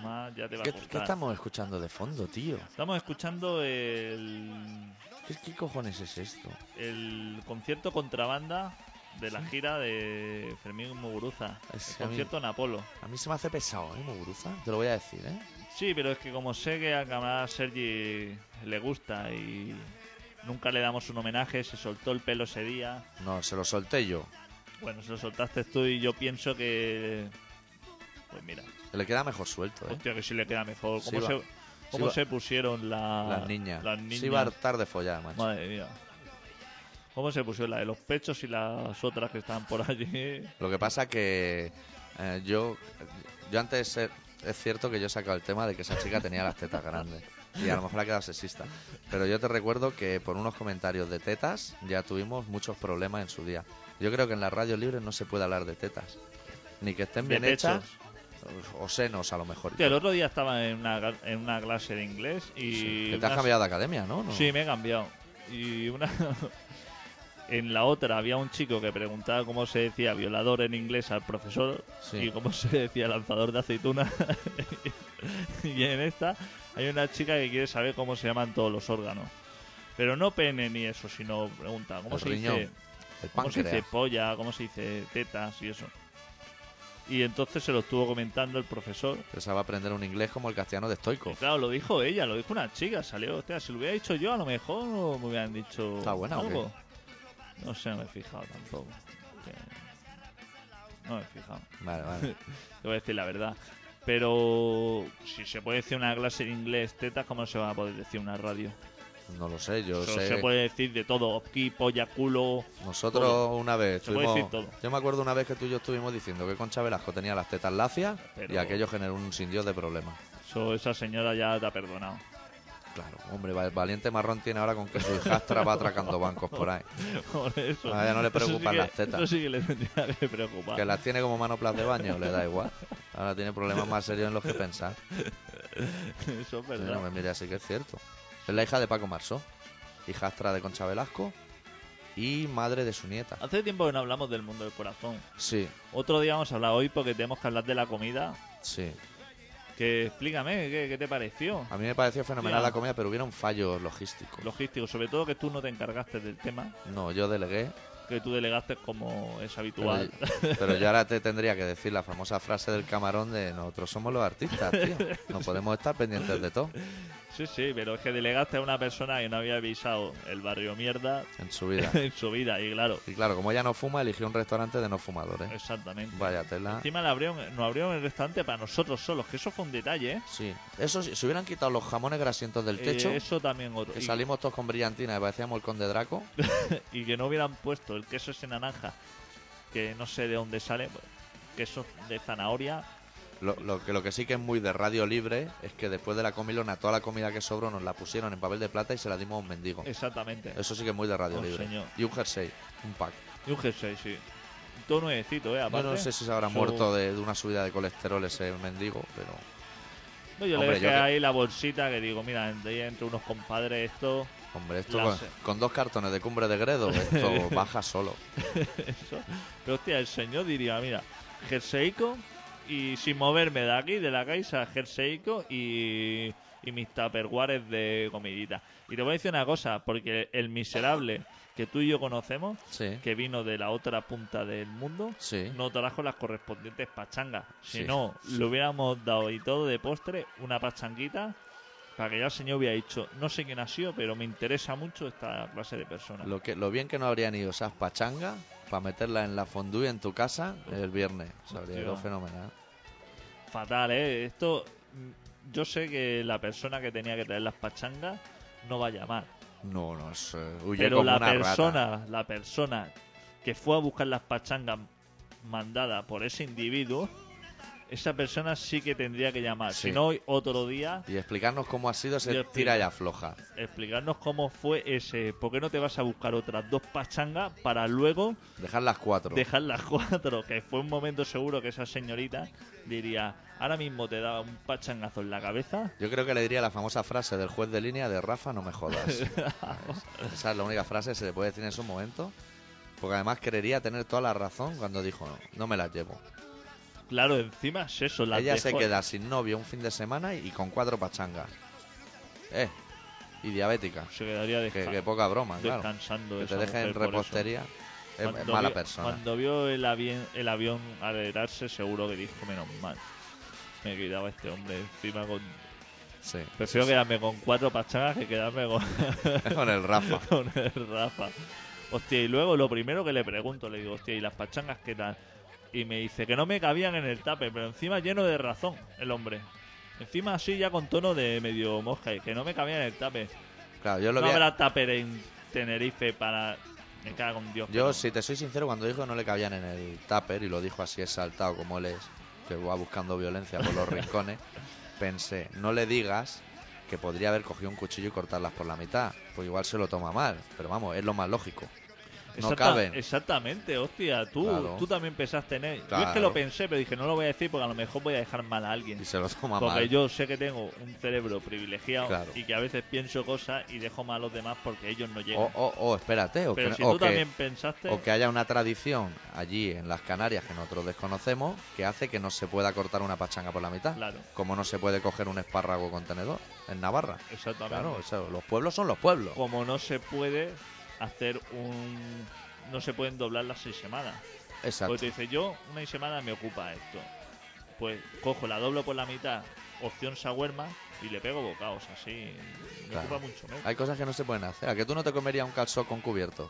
Speaker 2: Más ya te va
Speaker 1: ¿Qué,
Speaker 2: a
Speaker 1: qué
Speaker 2: costar.
Speaker 1: estamos escuchando de fondo, tío?
Speaker 2: Estamos escuchando el,
Speaker 1: ¿Qué, qué cojones es esto?
Speaker 2: el concierto contrabanda de la gira de Fermín Muguruza.
Speaker 1: Es
Speaker 2: El
Speaker 1: que a mí-
Speaker 2: concierto en Apolo.
Speaker 1: A mí se me hace pesado, ¿eh, Muguruza? Te lo voy a decir, ¿eh?
Speaker 2: Sí, pero es que como sé que a Camarada Sergi le gusta y nunca le damos un homenaje, se soltó el pelo ese día.
Speaker 1: No, se lo solté yo.
Speaker 2: Bueno, se lo soltaste tú y yo pienso que... Pues mira,
Speaker 1: Le queda mejor suelto, ¿eh?
Speaker 2: hostia, que sí le queda mejor.
Speaker 1: Sí
Speaker 2: ¿Cómo,
Speaker 1: va-
Speaker 2: se,
Speaker 1: sí
Speaker 2: cómo
Speaker 1: va-
Speaker 2: se pusieron la-
Speaker 1: Las niñas.
Speaker 2: Las niñas.
Speaker 1: Sí, va a hartar de follar, macho.
Speaker 2: Madre mía. ¿Cómo se pusieron la de los pechos y las otras que estaban por allí?
Speaker 1: Lo que pasa que eh, yo, yo antes eh, es cierto que yo he sacado el tema de que esa chica tenía las tetas grandes. y a lo mejor ha quedado sexista. Pero yo te recuerdo que por unos comentarios de tetas ya tuvimos muchos problemas en su día. Yo creo que en las radios libres no se puede hablar de tetas. Ni que estén
Speaker 2: De
Speaker 1: bien
Speaker 2: pechos.
Speaker 1: hechas o senos a lo mejor.
Speaker 2: Tío, el otro día estaba en una, en una clase de inglés y...
Speaker 1: Sí, que te has
Speaker 2: unas-
Speaker 1: cambiado de academia, ¿no? No.
Speaker 2: Sí, me he cambiado. Y una. <laughs> en la otra había un chico que preguntaba cómo se decía violador en inglés al profesor
Speaker 1: Sí.
Speaker 2: y cómo se decía lanzador de aceituna. <laughs> y en esta hay una chica que quiere saber cómo se llaman todos los órganos. Pero no pene ni eso, sino pregunta cómo
Speaker 1: El
Speaker 2: se
Speaker 1: riñón,
Speaker 2: dice.
Speaker 1: El
Speaker 2: ¿Cómo se dice
Speaker 1: páncreas.
Speaker 2: polla? ¿Cómo se dice tetas y eso? Y entonces se lo estuvo comentando el profesor
Speaker 1: Pensaba aprender un inglés como el castellano de estoico.
Speaker 2: y claro, lo dijo ella, lo dijo una chica, salió. Hostia, si lo hubiera dicho yo, a lo mejor no me hubieran dicho
Speaker 1: ¿Está buena o
Speaker 2: algo. No sé, no me he fijado tampoco. Que- No me he fijado.
Speaker 1: Vale,
Speaker 2: <laughs>
Speaker 1: vale.
Speaker 2: Te voy a decir la verdad. Pero si se puede decir en una clase de inglés tetas, ¿cómo se va a poder decir en una radio?
Speaker 1: No lo sé, yo
Speaker 2: Eso
Speaker 1: sé.
Speaker 2: Se puede decir de todo, aquí, polla, culo.
Speaker 1: Nosotros
Speaker 2: todo.
Speaker 1: una vez
Speaker 2: Se puede
Speaker 1: estuvimos-
Speaker 2: decir todo.
Speaker 1: Yo me acuerdo una vez que tú y yo estuvimos diciendo que Concha Velasco tenía las tetas lacias
Speaker 2: Pero-
Speaker 1: y aquello generó un sin Dios de problemas.
Speaker 2: Eso, esa señora ya te ha perdonado. <laughs>
Speaker 1: Claro, hombre, va- valiente marrón tiene ahora con que su hijastra va atracando bancos por
Speaker 2: <laughs>
Speaker 1: ahí.
Speaker 2: Por eso.
Speaker 1: A ella Ah, no le
Speaker 2: Eso sí
Speaker 1: preocupan
Speaker 2: que-
Speaker 1: las tetas.
Speaker 2: Eso sí que le <laughs> tendría que preocupar.
Speaker 1: Que las tiene como manoplas de baño, le da igual. Ahora tiene problemas más serios en los que pensar.
Speaker 2: Eso es
Speaker 1: Sí,
Speaker 2: <laughs> verdad.
Speaker 1: no me mire así que es cierto. Es la hija de Paco Marsó, hijastra de Concha Velasco y madre de su nieta.
Speaker 2: Hace tiempo que no hablamos del mundo del corazón.
Speaker 1: Sí,
Speaker 2: Otro día vamos a hablar hoy porque tenemos que hablar de la comida.
Speaker 1: sí.
Speaker 2: Que explícame, ¿qué, qué te pareció?
Speaker 1: A mí me pareció fenomenal
Speaker 2: Tía.
Speaker 1: la comida, pero hubieron fallos logísticos.
Speaker 2: Logístico, sobre todo que tú no te encargaste del tema,
Speaker 1: No, yo delegué
Speaker 2: que tú delegaste como es
Speaker 1: Pero,
Speaker 2: habitual.
Speaker 1: pero yo ahora te tendría que decir la famosa frase del camarón de nosotros somos los artistas, tío. No podemos estar pendientes de todo
Speaker 2: sí, sí, pero es que delegaste a una persona que no había avisado el barrio mierda <laughs>
Speaker 1: en su vida.
Speaker 2: en su vida, y claro,
Speaker 1: Y claro, como ella no fuma, eligió un restaurante de no fumadores.
Speaker 2: exactamente.
Speaker 1: Vaya tela.
Speaker 2: Encima la abrieron- nos abrieron el restaurante para nosotros solos, que eso fue un detalle, ¿eh?
Speaker 1: Sí. Eso sí, se hubieran quitado los jamones grasientos del techo,
Speaker 2: Eh, eso también otro.
Speaker 1: que
Speaker 2: Y,
Speaker 1: salimos todos con brillantina y parecíamos el conde Draco.
Speaker 2: <laughs> y que no hubieran puesto el queso ese naranja, que no sé de dónde sale, pues, queso de zanahoria,
Speaker 1: Lo, lo que, lo que sí que es muy de radio libre es que después de la comilona, toda la comida que sobró nos la pusieron en papel de plata y se la dimos a un mendigo.
Speaker 2: exactamente.
Speaker 1: Eso sí que es muy de radio
Speaker 2: Un
Speaker 1: libre.
Speaker 2: Oh, señor.
Speaker 1: Y un jersey, un pack.
Speaker 2: Y un jersey, sí. Todo nuevecito, ¿eh?
Speaker 1: Yo
Speaker 2: Aparte.
Speaker 1: no sé si se habrá
Speaker 2: Su-
Speaker 1: muerto de, de una subida de colesterol ese mendigo, pero
Speaker 2: No, yo
Speaker 1: Hombre,
Speaker 2: le
Speaker 1: yo
Speaker 2: dejé
Speaker 1: que-
Speaker 2: ahí la bolsita que digo, mira, entre, entre unos compadres esto, <laughs>
Speaker 1: hombre, esto
Speaker 2: Las-
Speaker 1: con, con dos cartones de cumbre de
Speaker 2: <laughs>
Speaker 1: Gredo, esto baja solo.
Speaker 2: eso. Pero hostia, el señor diría, mira, jerseico y sin moverme de aquí, de la caixa, jerseico y, y mis tupperwares de comidita. Y te voy a decir una cosa, porque el miserable que tú y yo conocemos,
Speaker 1: Sí,
Speaker 2: que vino de la otra punta del mundo,
Speaker 1: sí.
Speaker 2: no trajo las correspondientes pachangas. Si
Speaker 1: Sí,
Speaker 2: no,
Speaker 1: sí.
Speaker 2: le hubiéramos dado y todo de postre una pachanguita para que ya el señor hubiera dicho, no sé quién ha sido, pero me interesa mucho esta clase de personas.
Speaker 1: Lo, que, lo bien que no habrían ido esas pachangas para meterla en la fondue en tu casa el viernes. Se habría ido
Speaker 2: Hostia.
Speaker 1: fenomenal.
Speaker 2: Fatal, ¿eh? Esto, mm, yo sé que la persona que tenía que traer las pachangas no va a llamar.
Speaker 1: No, no sé. Huye
Speaker 2: Pero
Speaker 1: como
Speaker 2: la
Speaker 1: una rata.
Speaker 2: persona, la persona que fue a buscar las pachangas mandada por ese individuo, esa persona sí que tendría que llamar.
Speaker 1: Sí.
Speaker 2: Si no, hoy otro día
Speaker 1: Y explicarnos cómo ha sido
Speaker 2: Yo
Speaker 1: ese
Speaker 2: explico.
Speaker 1: tira y afloja.
Speaker 2: explicarnos cómo fue ese. ¿Por qué no te vas a buscar otras dos pachangas para luego
Speaker 1: Dejar las cuatro.
Speaker 2: dejar las <laughs> cuatro? Que fue un momento seguro que esa señorita diría: Ahora mismo te da un pachangazo en la cabeza.
Speaker 1: Yo creo que le diría la famosa frase del juez de línea de Rafa, no me
Speaker 2: <laughs>
Speaker 1: jodas. Esa es la única frase que se le puede decir en esos momentos. Porque además creería tener toda la razón cuando dijo, no, no me las llevo.
Speaker 2: Claro, encima es eso. Las
Speaker 1: Ella se
Speaker 2: dejó-
Speaker 1: queda sin novio un fin de semana y con cuatro pachangas. Eh, y diabética.
Speaker 2: Se quedaría
Speaker 1: Que,
Speaker 2: desca-
Speaker 1: que poca broma, claro.
Speaker 2: descansando.
Speaker 1: Que te
Speaker 2: esa
Speaker 1: dejen en
Speaker 2: mujer por eso.
Speaker 1: repostería. Es
Speaker 2: Cuando
Speaker 1: mala
Speaker 2: vio-
Speaker 1: persona.
Speaker 2: Cuando vio el avión, el avión alegrarse, seguro que dijo: Menos mal. Me quitaba este hombre encima con.
Speaker 1: Sí.
Speaker 2: Prefiero quedarme con cuatro pachangas que quedarme con.
Speaker 1: <laughs> Con el
Speaker 2: <laughs>
Speaker 1: Rafa.
Speaker 2: con el Rafa. Hostia, y luego lo primero que le pregunto, le digo, hostia, ¿y las pachangas qué tal? Y me dice que no me cabían en el tape, pero encima lleno de razón el hombre. Encima así ya con tono de medio mosca, y que no me cabían en el tape.
Speaker 1: Claro, yo lo
Speaker 2: No
Speaker 1: vi.
Speaker 2: habrá taper en Tenerife para... Me cago en Dios. que
Speaker 1: Yo,
Speaker 2: no.
Speaker 1: si te soy sincero, cuando dijo que no le cabían en el tupper y lo dijo así exaltado
Speaker 2: <laughs>
Speaker 1: como él es, que va buscando violencia por los rincones, pensé, no le digas que podría haber cogido un cuchillo y cortarlas por la mitad. Pues igual se lo toma mal, pero vamos, es lo más lógico. No
Speaker 2: Exacta-
Speaker 1: caben.
Speaker 2: Exactamente, hostia. Tú,
Speaker 1: Claro.
Speaker 2: tú también pensaste en él. Yo es que
Speaker 1: Claro.
Speaker 2: lo pensé, pero dije, no lo voy a decir porque a lo mejor voy a dejar mal a alguien.
Speaker 1: Y se lo toma
Speaker 2: Porque
Speaker 1: mal.
Speaker 2: yo sé que tengo un cerebro privilegiado
Speaker 1: Claro.
Speaker 2: y que a veces pienso cosas y dejo mal a los demás porque ellos no llegan.
Speaker 1: O, o, o espérate, o
Speaker 2: pero
Speaker 1: que,
Speaker 2: si
Speaker 1: o
Speaker 2: tú
Speaker 1: que-
Speaker 2: también pensaste...
Speaker 1: o que haya una tradición allí en las Canarias que nosotros desconocemos que hace que no se pueda cortar una pachanga por la mitad.
Speaker 2: Claro,
Speaker 1: Como no se puede coger un espárrago con tenedor en Navarra.
Speaker 2: exactamente. Pues
Speaker 1: Claro, eso, los pueblos son los pueblos.
Speaker 2: Como no se puede hacer un... No se pueden doblar las seis semanas.
Speaker 1: Exacto.
Speaker 2: Porque te dice, yo una semana me ocupa esto. Pues cojo, la doblo por la mitad, opción shawarma, y le pego bocados así. Me
Speaker 1: Claro.
Speaker 2: ocupa mucho menos.
Speaker 1: Hay cosas que no se pueden hacer. ¿A que tú no te comerías un calzón con cubierto?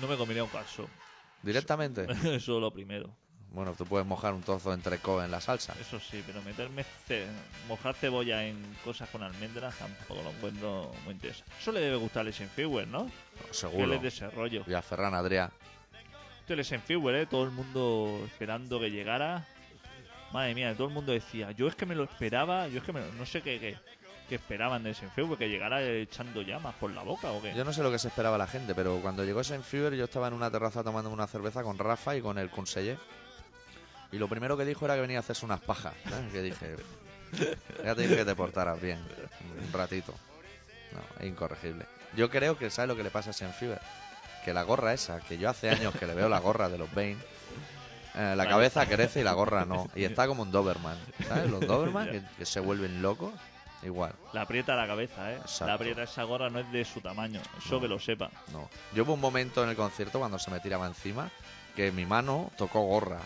Speaker 2: No me comería un caso. <laughs>
Speaker 1: Directamente.
Speaker 2: Eso es lo primero.
Speaker 1: bueno, tú puedes mojar un trozo de entrecot en la salsa.
Speaker 2: Eso sí, pero meterme ce- mojar cebolla en cosas con almendras tampoco lo encuentro muy interesante. Eso le debe gustar a Fewer, ¿no? Que
Speaker 1: Seguro.
Speaker 2: les desarrollo.
Speaker 1: Y a Ferran Adrià.
Speaker 2: Fewer, ¿eh? Todo el mundo esperando que llegara. Madre mía, todo el mundo decía, yo es que me lo esperaba, yo es que me lo- no sé qué, qué, qué esperaban de Fewer, que llegara echando llamas por la boca o qué.
Speaker 1: Yo no sé lo que se esperaba la gente, pero cuando llegó Senfiber yo estaba en una terraza tomando una cerveza con Rafa y con el conseller. Y lo primero que dijo era que venía a hacerse unas pajas. ¿sabes? Que dije, ya te dije que te portaras bien. Un ratito. No, es incorregible. Yo creo que sabe lo que le pasa a Senfiber. Que la gorra esa, que yo hace años que le veo la gorra de los Bane. eh, la
Speaker 2: Vale.
Speaker 1: cabeza crece y la gorra no. Y está como un Doberman. ¿Sabes? Los Doberman
Speaker 2: Ya.
Speaker 1: que- que se vuelven locos. Igual.
Speaker 2: La aprieta la cabeza, ¿eh?
Speaker 1: Exacto.
Speaker 2: La aprieta esa gorra no es de su tamaño, eso
Speaker 1: No.
Speaker 2: que lo sepa.
Speaker 1: No. Yo hubo un momento en el concierto cuando se me tiraba encima que mi mano tocó
Speaker 2: <laughs>
Speaker 1: gorra.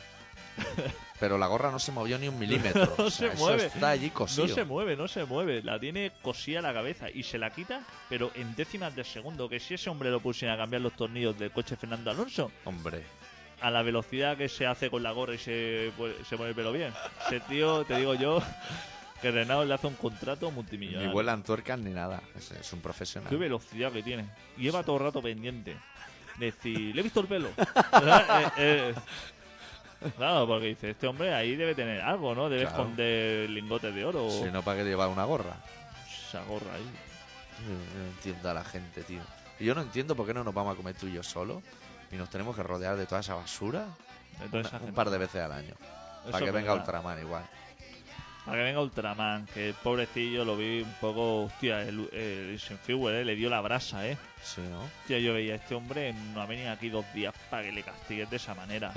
Speaker 1: Pero la gorra no se movió ni un milímetro.
Speaker 2: No
Speaker 1: O sea,
Speaker 2: se
Speaker 1: eso
Speaker 2: mueve.
Speaker 1: está allí cosido.
Speaker 2: No se mueve, no se mueve. La tiene cosida la cabeza y se la quita, pero en décimas de segundo. Que si ese hombre lo pusiera a cambiar los tornillos del coche Fernando Alonso,
Speaker 1: Hombre,
Speaker 2: a la velocidad que se hace con la gorra y se, pone- se pone el pelo bien. Ese tío, te digo yo, que Renault le hace un contrato multimillonario.
Speaker 1: ni vuelan tuercas ni nada. Es, es un
Speaker 2: Qué
Speaker 1: profesional.
Speaker 2: velocidad que tiene. Lleva todo el rato pendiente. Decir, le he visto el
Speaker 1: <laughs>
Speaker 2: pelo. ¿Verdad? Eh, eh, Claro, porque dice, este hombre ahí debe tener algo, ¿no? Debe
Speaker 1: Claro.
Speaker 2: esconder lingotes de oro o
Speaker 1: Si no, ¿para qué llevar una gorra?
Speaker 2: esa gorra ahí.
Speaker 1: Yo no entiendo a la gente, tío. Y yo no entiendo por qué no nos vamos a comer tú y yo solo y nos tenemos que rodear de toda esa basura
Speaker 2: De toda
Speaker 1: una-
Speaker 2: esa
Speaker 1: un
Speaker 2: gente.
Speaker 1: par de veces al año.
Speaker 2: Eso
Speaker 1: Para que
Speaker 2: es
Speaker 1: venga
Speaker 2: verdad.
Speaker 1: Ultraman igual.
Speaker 2: Para que venga Ultraman, que el pobrecillo lo vi un poco. Hostia, el, el Eisenhower, eh, le dio la brasa, ¿eh?
Speaker 1: Sí, ¿no?
Speaker 2: Hostia, yo veía a este hombre, no ha venido aquí dos días para que le castigues de esa manera.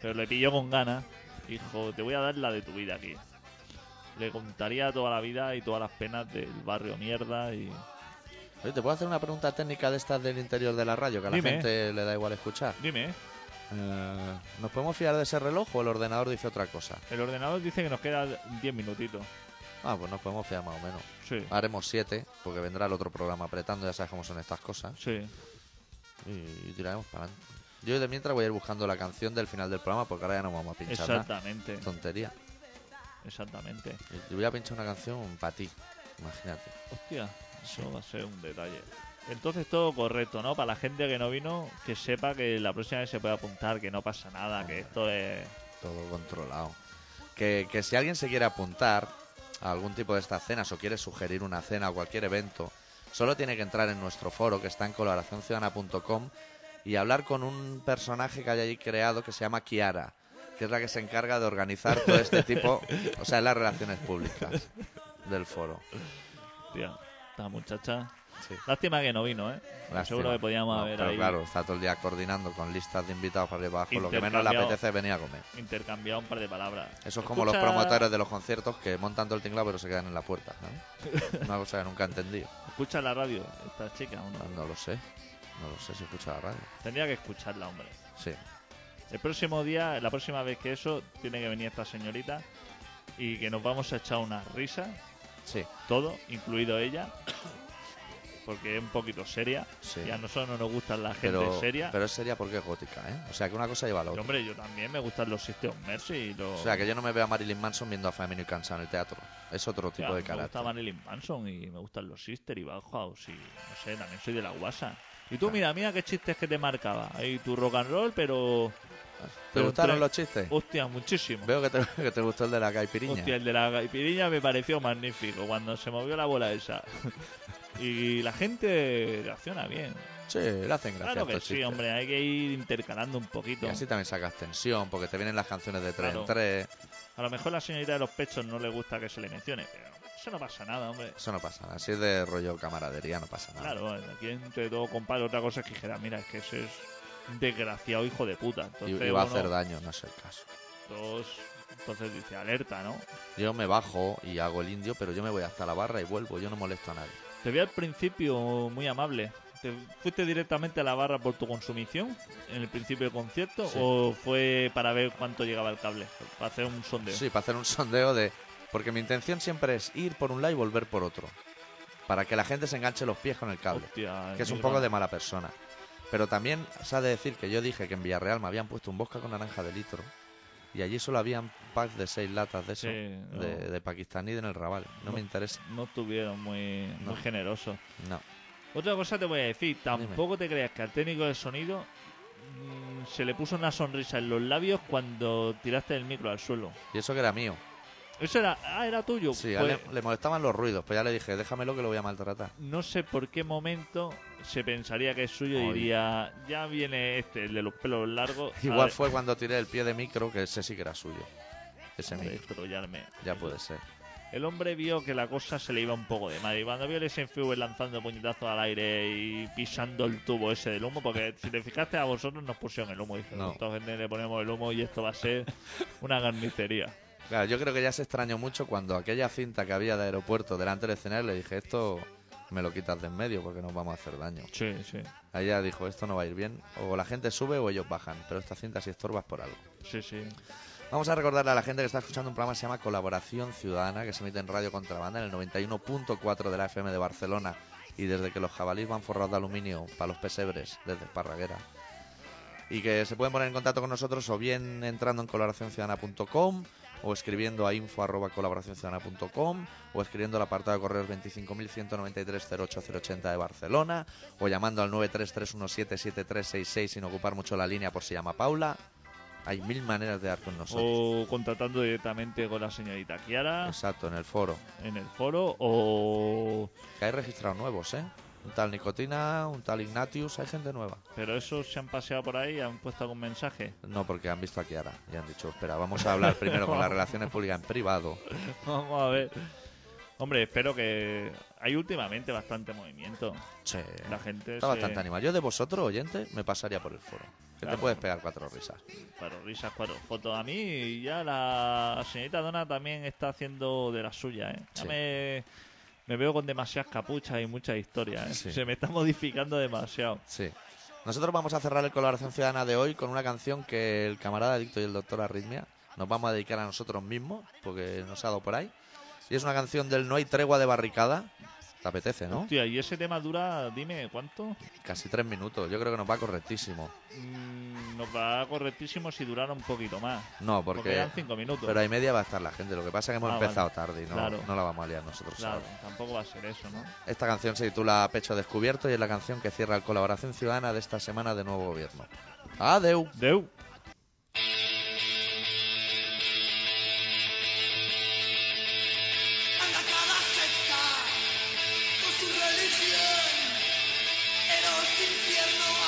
Speaker 2: Pero le pilló con ganas. Hijo, te voy a dar la de tu vida aquí. Le contaría toda la vida y todas las penas del barrio mierda y.
Speaker 1: Oye, ¿te puedo hacer una pregunta técnica de estas del interior de la radio que a la
Speaker 2: Dime.
Speaker 1: gente le da igual escuchar?
Speaker 2: Dime, ¿eh?
Speaker 1: Eh, ¿Nos podemos fiar de ese reloj o el ordenador dice otra cosa?
Speaker 2: el ordenador dice que nos quedan 10 minutitos.
Speaker 1: Ah, pues nos podemos fiar más o menos.
Speaker 2: Sí,
Speaker 1: Haremos siete, porque vendrá el otro programa apretando, ya sabes cómo son estas cosas.
Speaker 2: sí.
Speaker 1: Y, y tiraremos para adelante. Yo de mientras voy a ir buscando la canción del final del programa, porque ahora ya no vamos a pinchar nada.
Speaker 2: Exactamente,
Speaker 1: Tontería.
Speaker 2: exactamente.
Speaker 1: Y- y voy a pinchar una canción para ti, imagínate.
Speaker 2: Hostia, eso va a ser un detalle. Entonces todo correcto, ¿no? Para la gente que no vino, que sepa que la próxima vez se puede apuntar, que no pasa nada, que esto es...
Speaker 1: Todo controlado. Que, que si alguien se quiere apuntar a algún tipo de estas cenas o quiere sugerir una cena o cualquier evento, solo tiene que entrar en nuestro foro que está en colaboracionciudadana.com y hablar con un personaje que hay allí creado que se llama Kiara, que es la que se encarga de organizar todo este tipo, o sea, las relaciones públicas del foro.
Speaker 2: Hostia, esta muchacha...
Speaker 1: Sí.
Speaker 2: Lástima que no vino, ¿eh?
Speaker 1: Lástima.
Speaker 2: Seguro que podíamos
Speaker 1: No,
Speaker 2: haber
Speaker 1: pero
Speaker 2: ahí
Speaker 1: claro, está todo el día coordinando con listas de invitados para arriba y para abajo. Lo que menos le
Speaker 2: Intercambiado.
Speaker 1: apetece es venir a comer.
Speaker 2: intercambiado un par de palabras.
Speaker 1: Eso es como los
Speaker 2: Escucha-
Speaker 1: promotores de los conciertos que montan todo el tinglado pero se quedan en la puerta.
Speaker 2: <laughs>
Speaker 1: ¿no? Una cosa que nunca he entendido.
Speaker 2: ¿Escucha la radio esta chica o no?
Speaker 1: No lo sé. No lo sé si escucha la radio.
Speaker 2: Tendría que escucharla, hombre.
Speaker 1: Sí.
Speaker 2: El próximo día, la próxima vez que eso, tiene que venir esta señorita y que nos vamos a echar unas risas,
Speaker 1: Sí,
Speaker 2: todo, incluido ella, porque es un poquito seria.
Speaker 1: sí.
Speaker 2: Y a nosotros no nos gustan la gente
Speaker 1: Pero,
Speaker 2: seria.
Speaker 1: pero es seria porque es gótica, ¿eh? O sea, que una cosa lleva a la
Speaker 2: Y,
Speaker 1: otra.
Speaker 2: hombre, yo también me gustan los System Mercy y los.
Speaker 1: O sea, que yo no me veo a Marilyn Manson viendo a Family Cansa en el teatro. Es otro
Speaker 2: Hostia,
Speaker 1: tipo de
Speaker 2: Me
Speaker 1: carácter.
Speaker 2: gusta Marilyn Manson y me gustan los Sister y Bauhaus y no sé, también soy de la guasa. Y tú,
Speaker 1: Claro.
Speaker 2: mira, mira qué chistes que te marcaba. Ahí tu rock and roll, pero
Speaker 1: ¿Te gustaron
Speaker 2: tre-
Speaker 1: los chistes?
Speaker 2: Hostia, muchísimo.
Speaker 1: Veo que te, <laughs> que te gustó el de la caipiriña.
Speaker 2: Hostia, el de la gaipiriña me pareció magnífico cuando se movió la bola
Speaker 1: <laughs>
Speaker 2: esa. y la gente reacciona bien.
Speaker 1: Sí, le hacen gracia
Speaker 2: claro
Speaker 1: a
Speaker 2: que
Speaker 1: estos
Speaker 2: sí,
Speaker 1: chistes.
Speaker 2: hombre, hay que ir intercalando un
Speaker 1: Y
Speaker 2: poquito.
Speaker 1: así también sacas tensión, porque te vienen las canciones de tres
Speaker 2: Claro.
Speaker 1: en tres.
Speaker 2: A lo mejor la señorita de los pechos no le gusta que se le mencione, pero eso no pasa nada, hombre.
Speaker 1: Eso no pasa nada. Así es de rollo camaradería, no pasa nada.
Speaker 2: Claro, aquí entre todo compadre, otra cosa es que dijera, mira, es que ese es un desgraciado hijo de puta.
Speaker 1: Y,
Speaker 2: Entonces,
Speaker 1: y va a
Speaker 2: uno,
Speaker 1: hacer daño, no es el caso.
Speaker 2: dos, entonces dice, alerta, ¿no?
Speaker 1: Yo me bajo y hago el indio, pero yo me voy hasta la barra y vuelvo. Yo no molesto a nadie.
Speaker 2: Te vi al principio muy amable. ¿Te fuiste directamente a la barra por tu consumición en el principio del concierto
Speaker 1: Sí.
Speaker 2: o fue para ver cuánto llegaba el cable? Para hacer un sondeo.
Speaker 1: Sí, para hacer un sondeo de... Porque mi intención siempre es ir por un lado y volver por otro. Para que la gente se enganche los pies con el cable.
Speaker 2: Hostia,
Speaker 1: que es un
Speaker 2: mira.
Speaker 1: poco de mala persona. Pero también se ha de decir que yo dije que en Villarreal me habían puesto un bosca con naranja de litro y allí solo habían packs de seis latas de eso,
Speaker 2: Sí, no.
Speaker 1: de, de pakistaní en el Raval. No,
Speaker 2: No.
Speaker 1: me interesa.
Speaker 2: No estuvieron muy,
Speaker 1: No.
Speaker 2: muy generosos.
Speaker 1: No.
Speaker 2: Otra cosa te voy a decir, tampoco te creas que al técnico de sonido mm, se le puso una sonrisa en los labios cuando tiraste el micro al suelo.
Speaker 1: Y eso que era mío.
Speaker 2: Eso era, ah, era tuyo.
Speaker 1: Sí, a
Speaker 2: Pues,
Speaker 1: él le, le molestaban los ruidos, pues ya le dije, déjamelo que lo voy a maltratar.
Speaker 2: No sé por qué momento se pensaría que es suyo
Speaker 1: Ay.
Speaker 2: y diría, ya viene este, el de los pelos largos. a
Speaker 1: Igual
Speaker 2: ver,
Speaker 1: fue cuando tiré el pie de micro, que ese sí que era suyo. Ese
Speaker 2: voy a
Speaker 1: micro.
Speaker 2: estrollarme.
Speaker 1: Ya puede ser.
Speaker 2: El hombre vio que la cosa se le iba un poco de madre. Y cuando vio el SFV lanzando puñetazos al aire y pisando el tubo ese del humo, porque si te fijaste a vosotros nos pusieron el humo. Y
Speaker 1: No.
Speaker 2: dijeron, esta gente le ponemos el humo y esto va a ser una carnicería.
Speaker 1: Claro, yo creo que ya se extrañó mucho cuando aquella cinta que había de aeropuerto delante del escenario le dije, esto me lo quitas de en medio porque nos vamos a hacer daño.
Speaker 2: Sí, sí.
Speaker 1: Allá dijo, esto no va a ir bien. O la gente sube o ellos bajan, pero esta cinta si estorbas por algo.
Speaker 2: Sí, sí.
Speaker 1: Vamos a recordarle a la gente que está escuchando un programa que se llama Colaboración Ciudadana, que se emite en Radio Contrabanda en el 91.4 de la FM de Barcelona. Y desde que los jabalíes van forrados de aluminio para los pesebres, desde Esparraguera. Y que se pueden poner en contacto con nosotros o bien entrando en colaboracionciudadana.com o escribiendo a info arroba colaboracionciudadana.com o escribiendo al apartado de correos 25.193.08080 de Barcelona o llamando al 933177366 sin ocupar mucho la línea por si llama Paula. Hay mil maneras de dar con nosotros.
Speaker 2: O contratando directamente con la señorita Kiara
Speaker 1: Exacto, en el foro.
Speaker 2: en el foro o...
Speaker 1: Que hay registrados nuevos, ¿eh? Un tal Nicotina, un tal Ignatius, hay gente nueva.
Speaker 2: Pero esos se han paseado por ahí y han puesto algún mensaje. <laughs>
Speaker 1: No, porque han visto a Kiara y han dicho, espera, vamos a hablar primero con las relaciones públicas en privado.
Speaker 2: Vamos a ver. Hombre, espero que... Hay últimamente bastante movimiento.
Speaker 1: Sí.
Speaker 2: La gente
Speaker 1: Está
Speaker 2: se-
Speaker 1: bastante animada. Yo de vosotros, oyente, me pasaría por el foro. Que
Speaker 2: Claro.
Speaker 1: te puedes pegar cuatro risas.
Speaker 2: Cuatro risas, cuatro fotos. A mí y ya la señorita Dona también está haciendo de la suya, ¿eh? Ya
Speaker 1: Sí.
Speaker 2: me, me veo con demasiadas capuchas y muchas historias, ¿eh?
Speaker 1: Sí.
Speaker 2: Se me está modificando demasiado.
Speaker 1: Sí. Nosotros vamos a cerrar el colaboración ciudadana de hoy con una canción que el camarada Adicto y el doctor Arritmia nos vamos a dedicar a nosotros mismos, porque nos ha dado por ahí. Y es una canción del No hay tregua de barricada. Te apetece, ¿no?
Speaker 2: Hostia, y ese tema dura, dime, ¿cuánto?
Speaker 1: Casi tres minutos. Yo creo que nos va correctísimo.
Speaker 2: Mm, nos va correctísimo si durara un poquito más.
Speaker 1: No,
Speaker 2: Porque,
Speaker 1: porque.
Speaker 2: eran cinco minutos.
Speaker 1: Pero hay media va a estar la gente. Lo que pasa es que hemos
Speaker 2: Ah,
Speaker 1: empezado
Speaker 2: vale.
Speaker 1: tarde y no,
Speaker 2: Claro.
Speaker 1: no la vamos a liar nosotros.
Speaker 2: Claro,
Speaker 1: ahora.
Speaker 2: tampoco va a ser eso, ¿no?
Speaker 1: Esta canción se titula Pecho Descubierto y es la canción que cierra el colaboración ciudadana de esta semana de nuevo gobierno. ¡Adeu!
Speaker 2: Deu.
Speaker 5: anda cada secta con su religión en los infiernos Oh,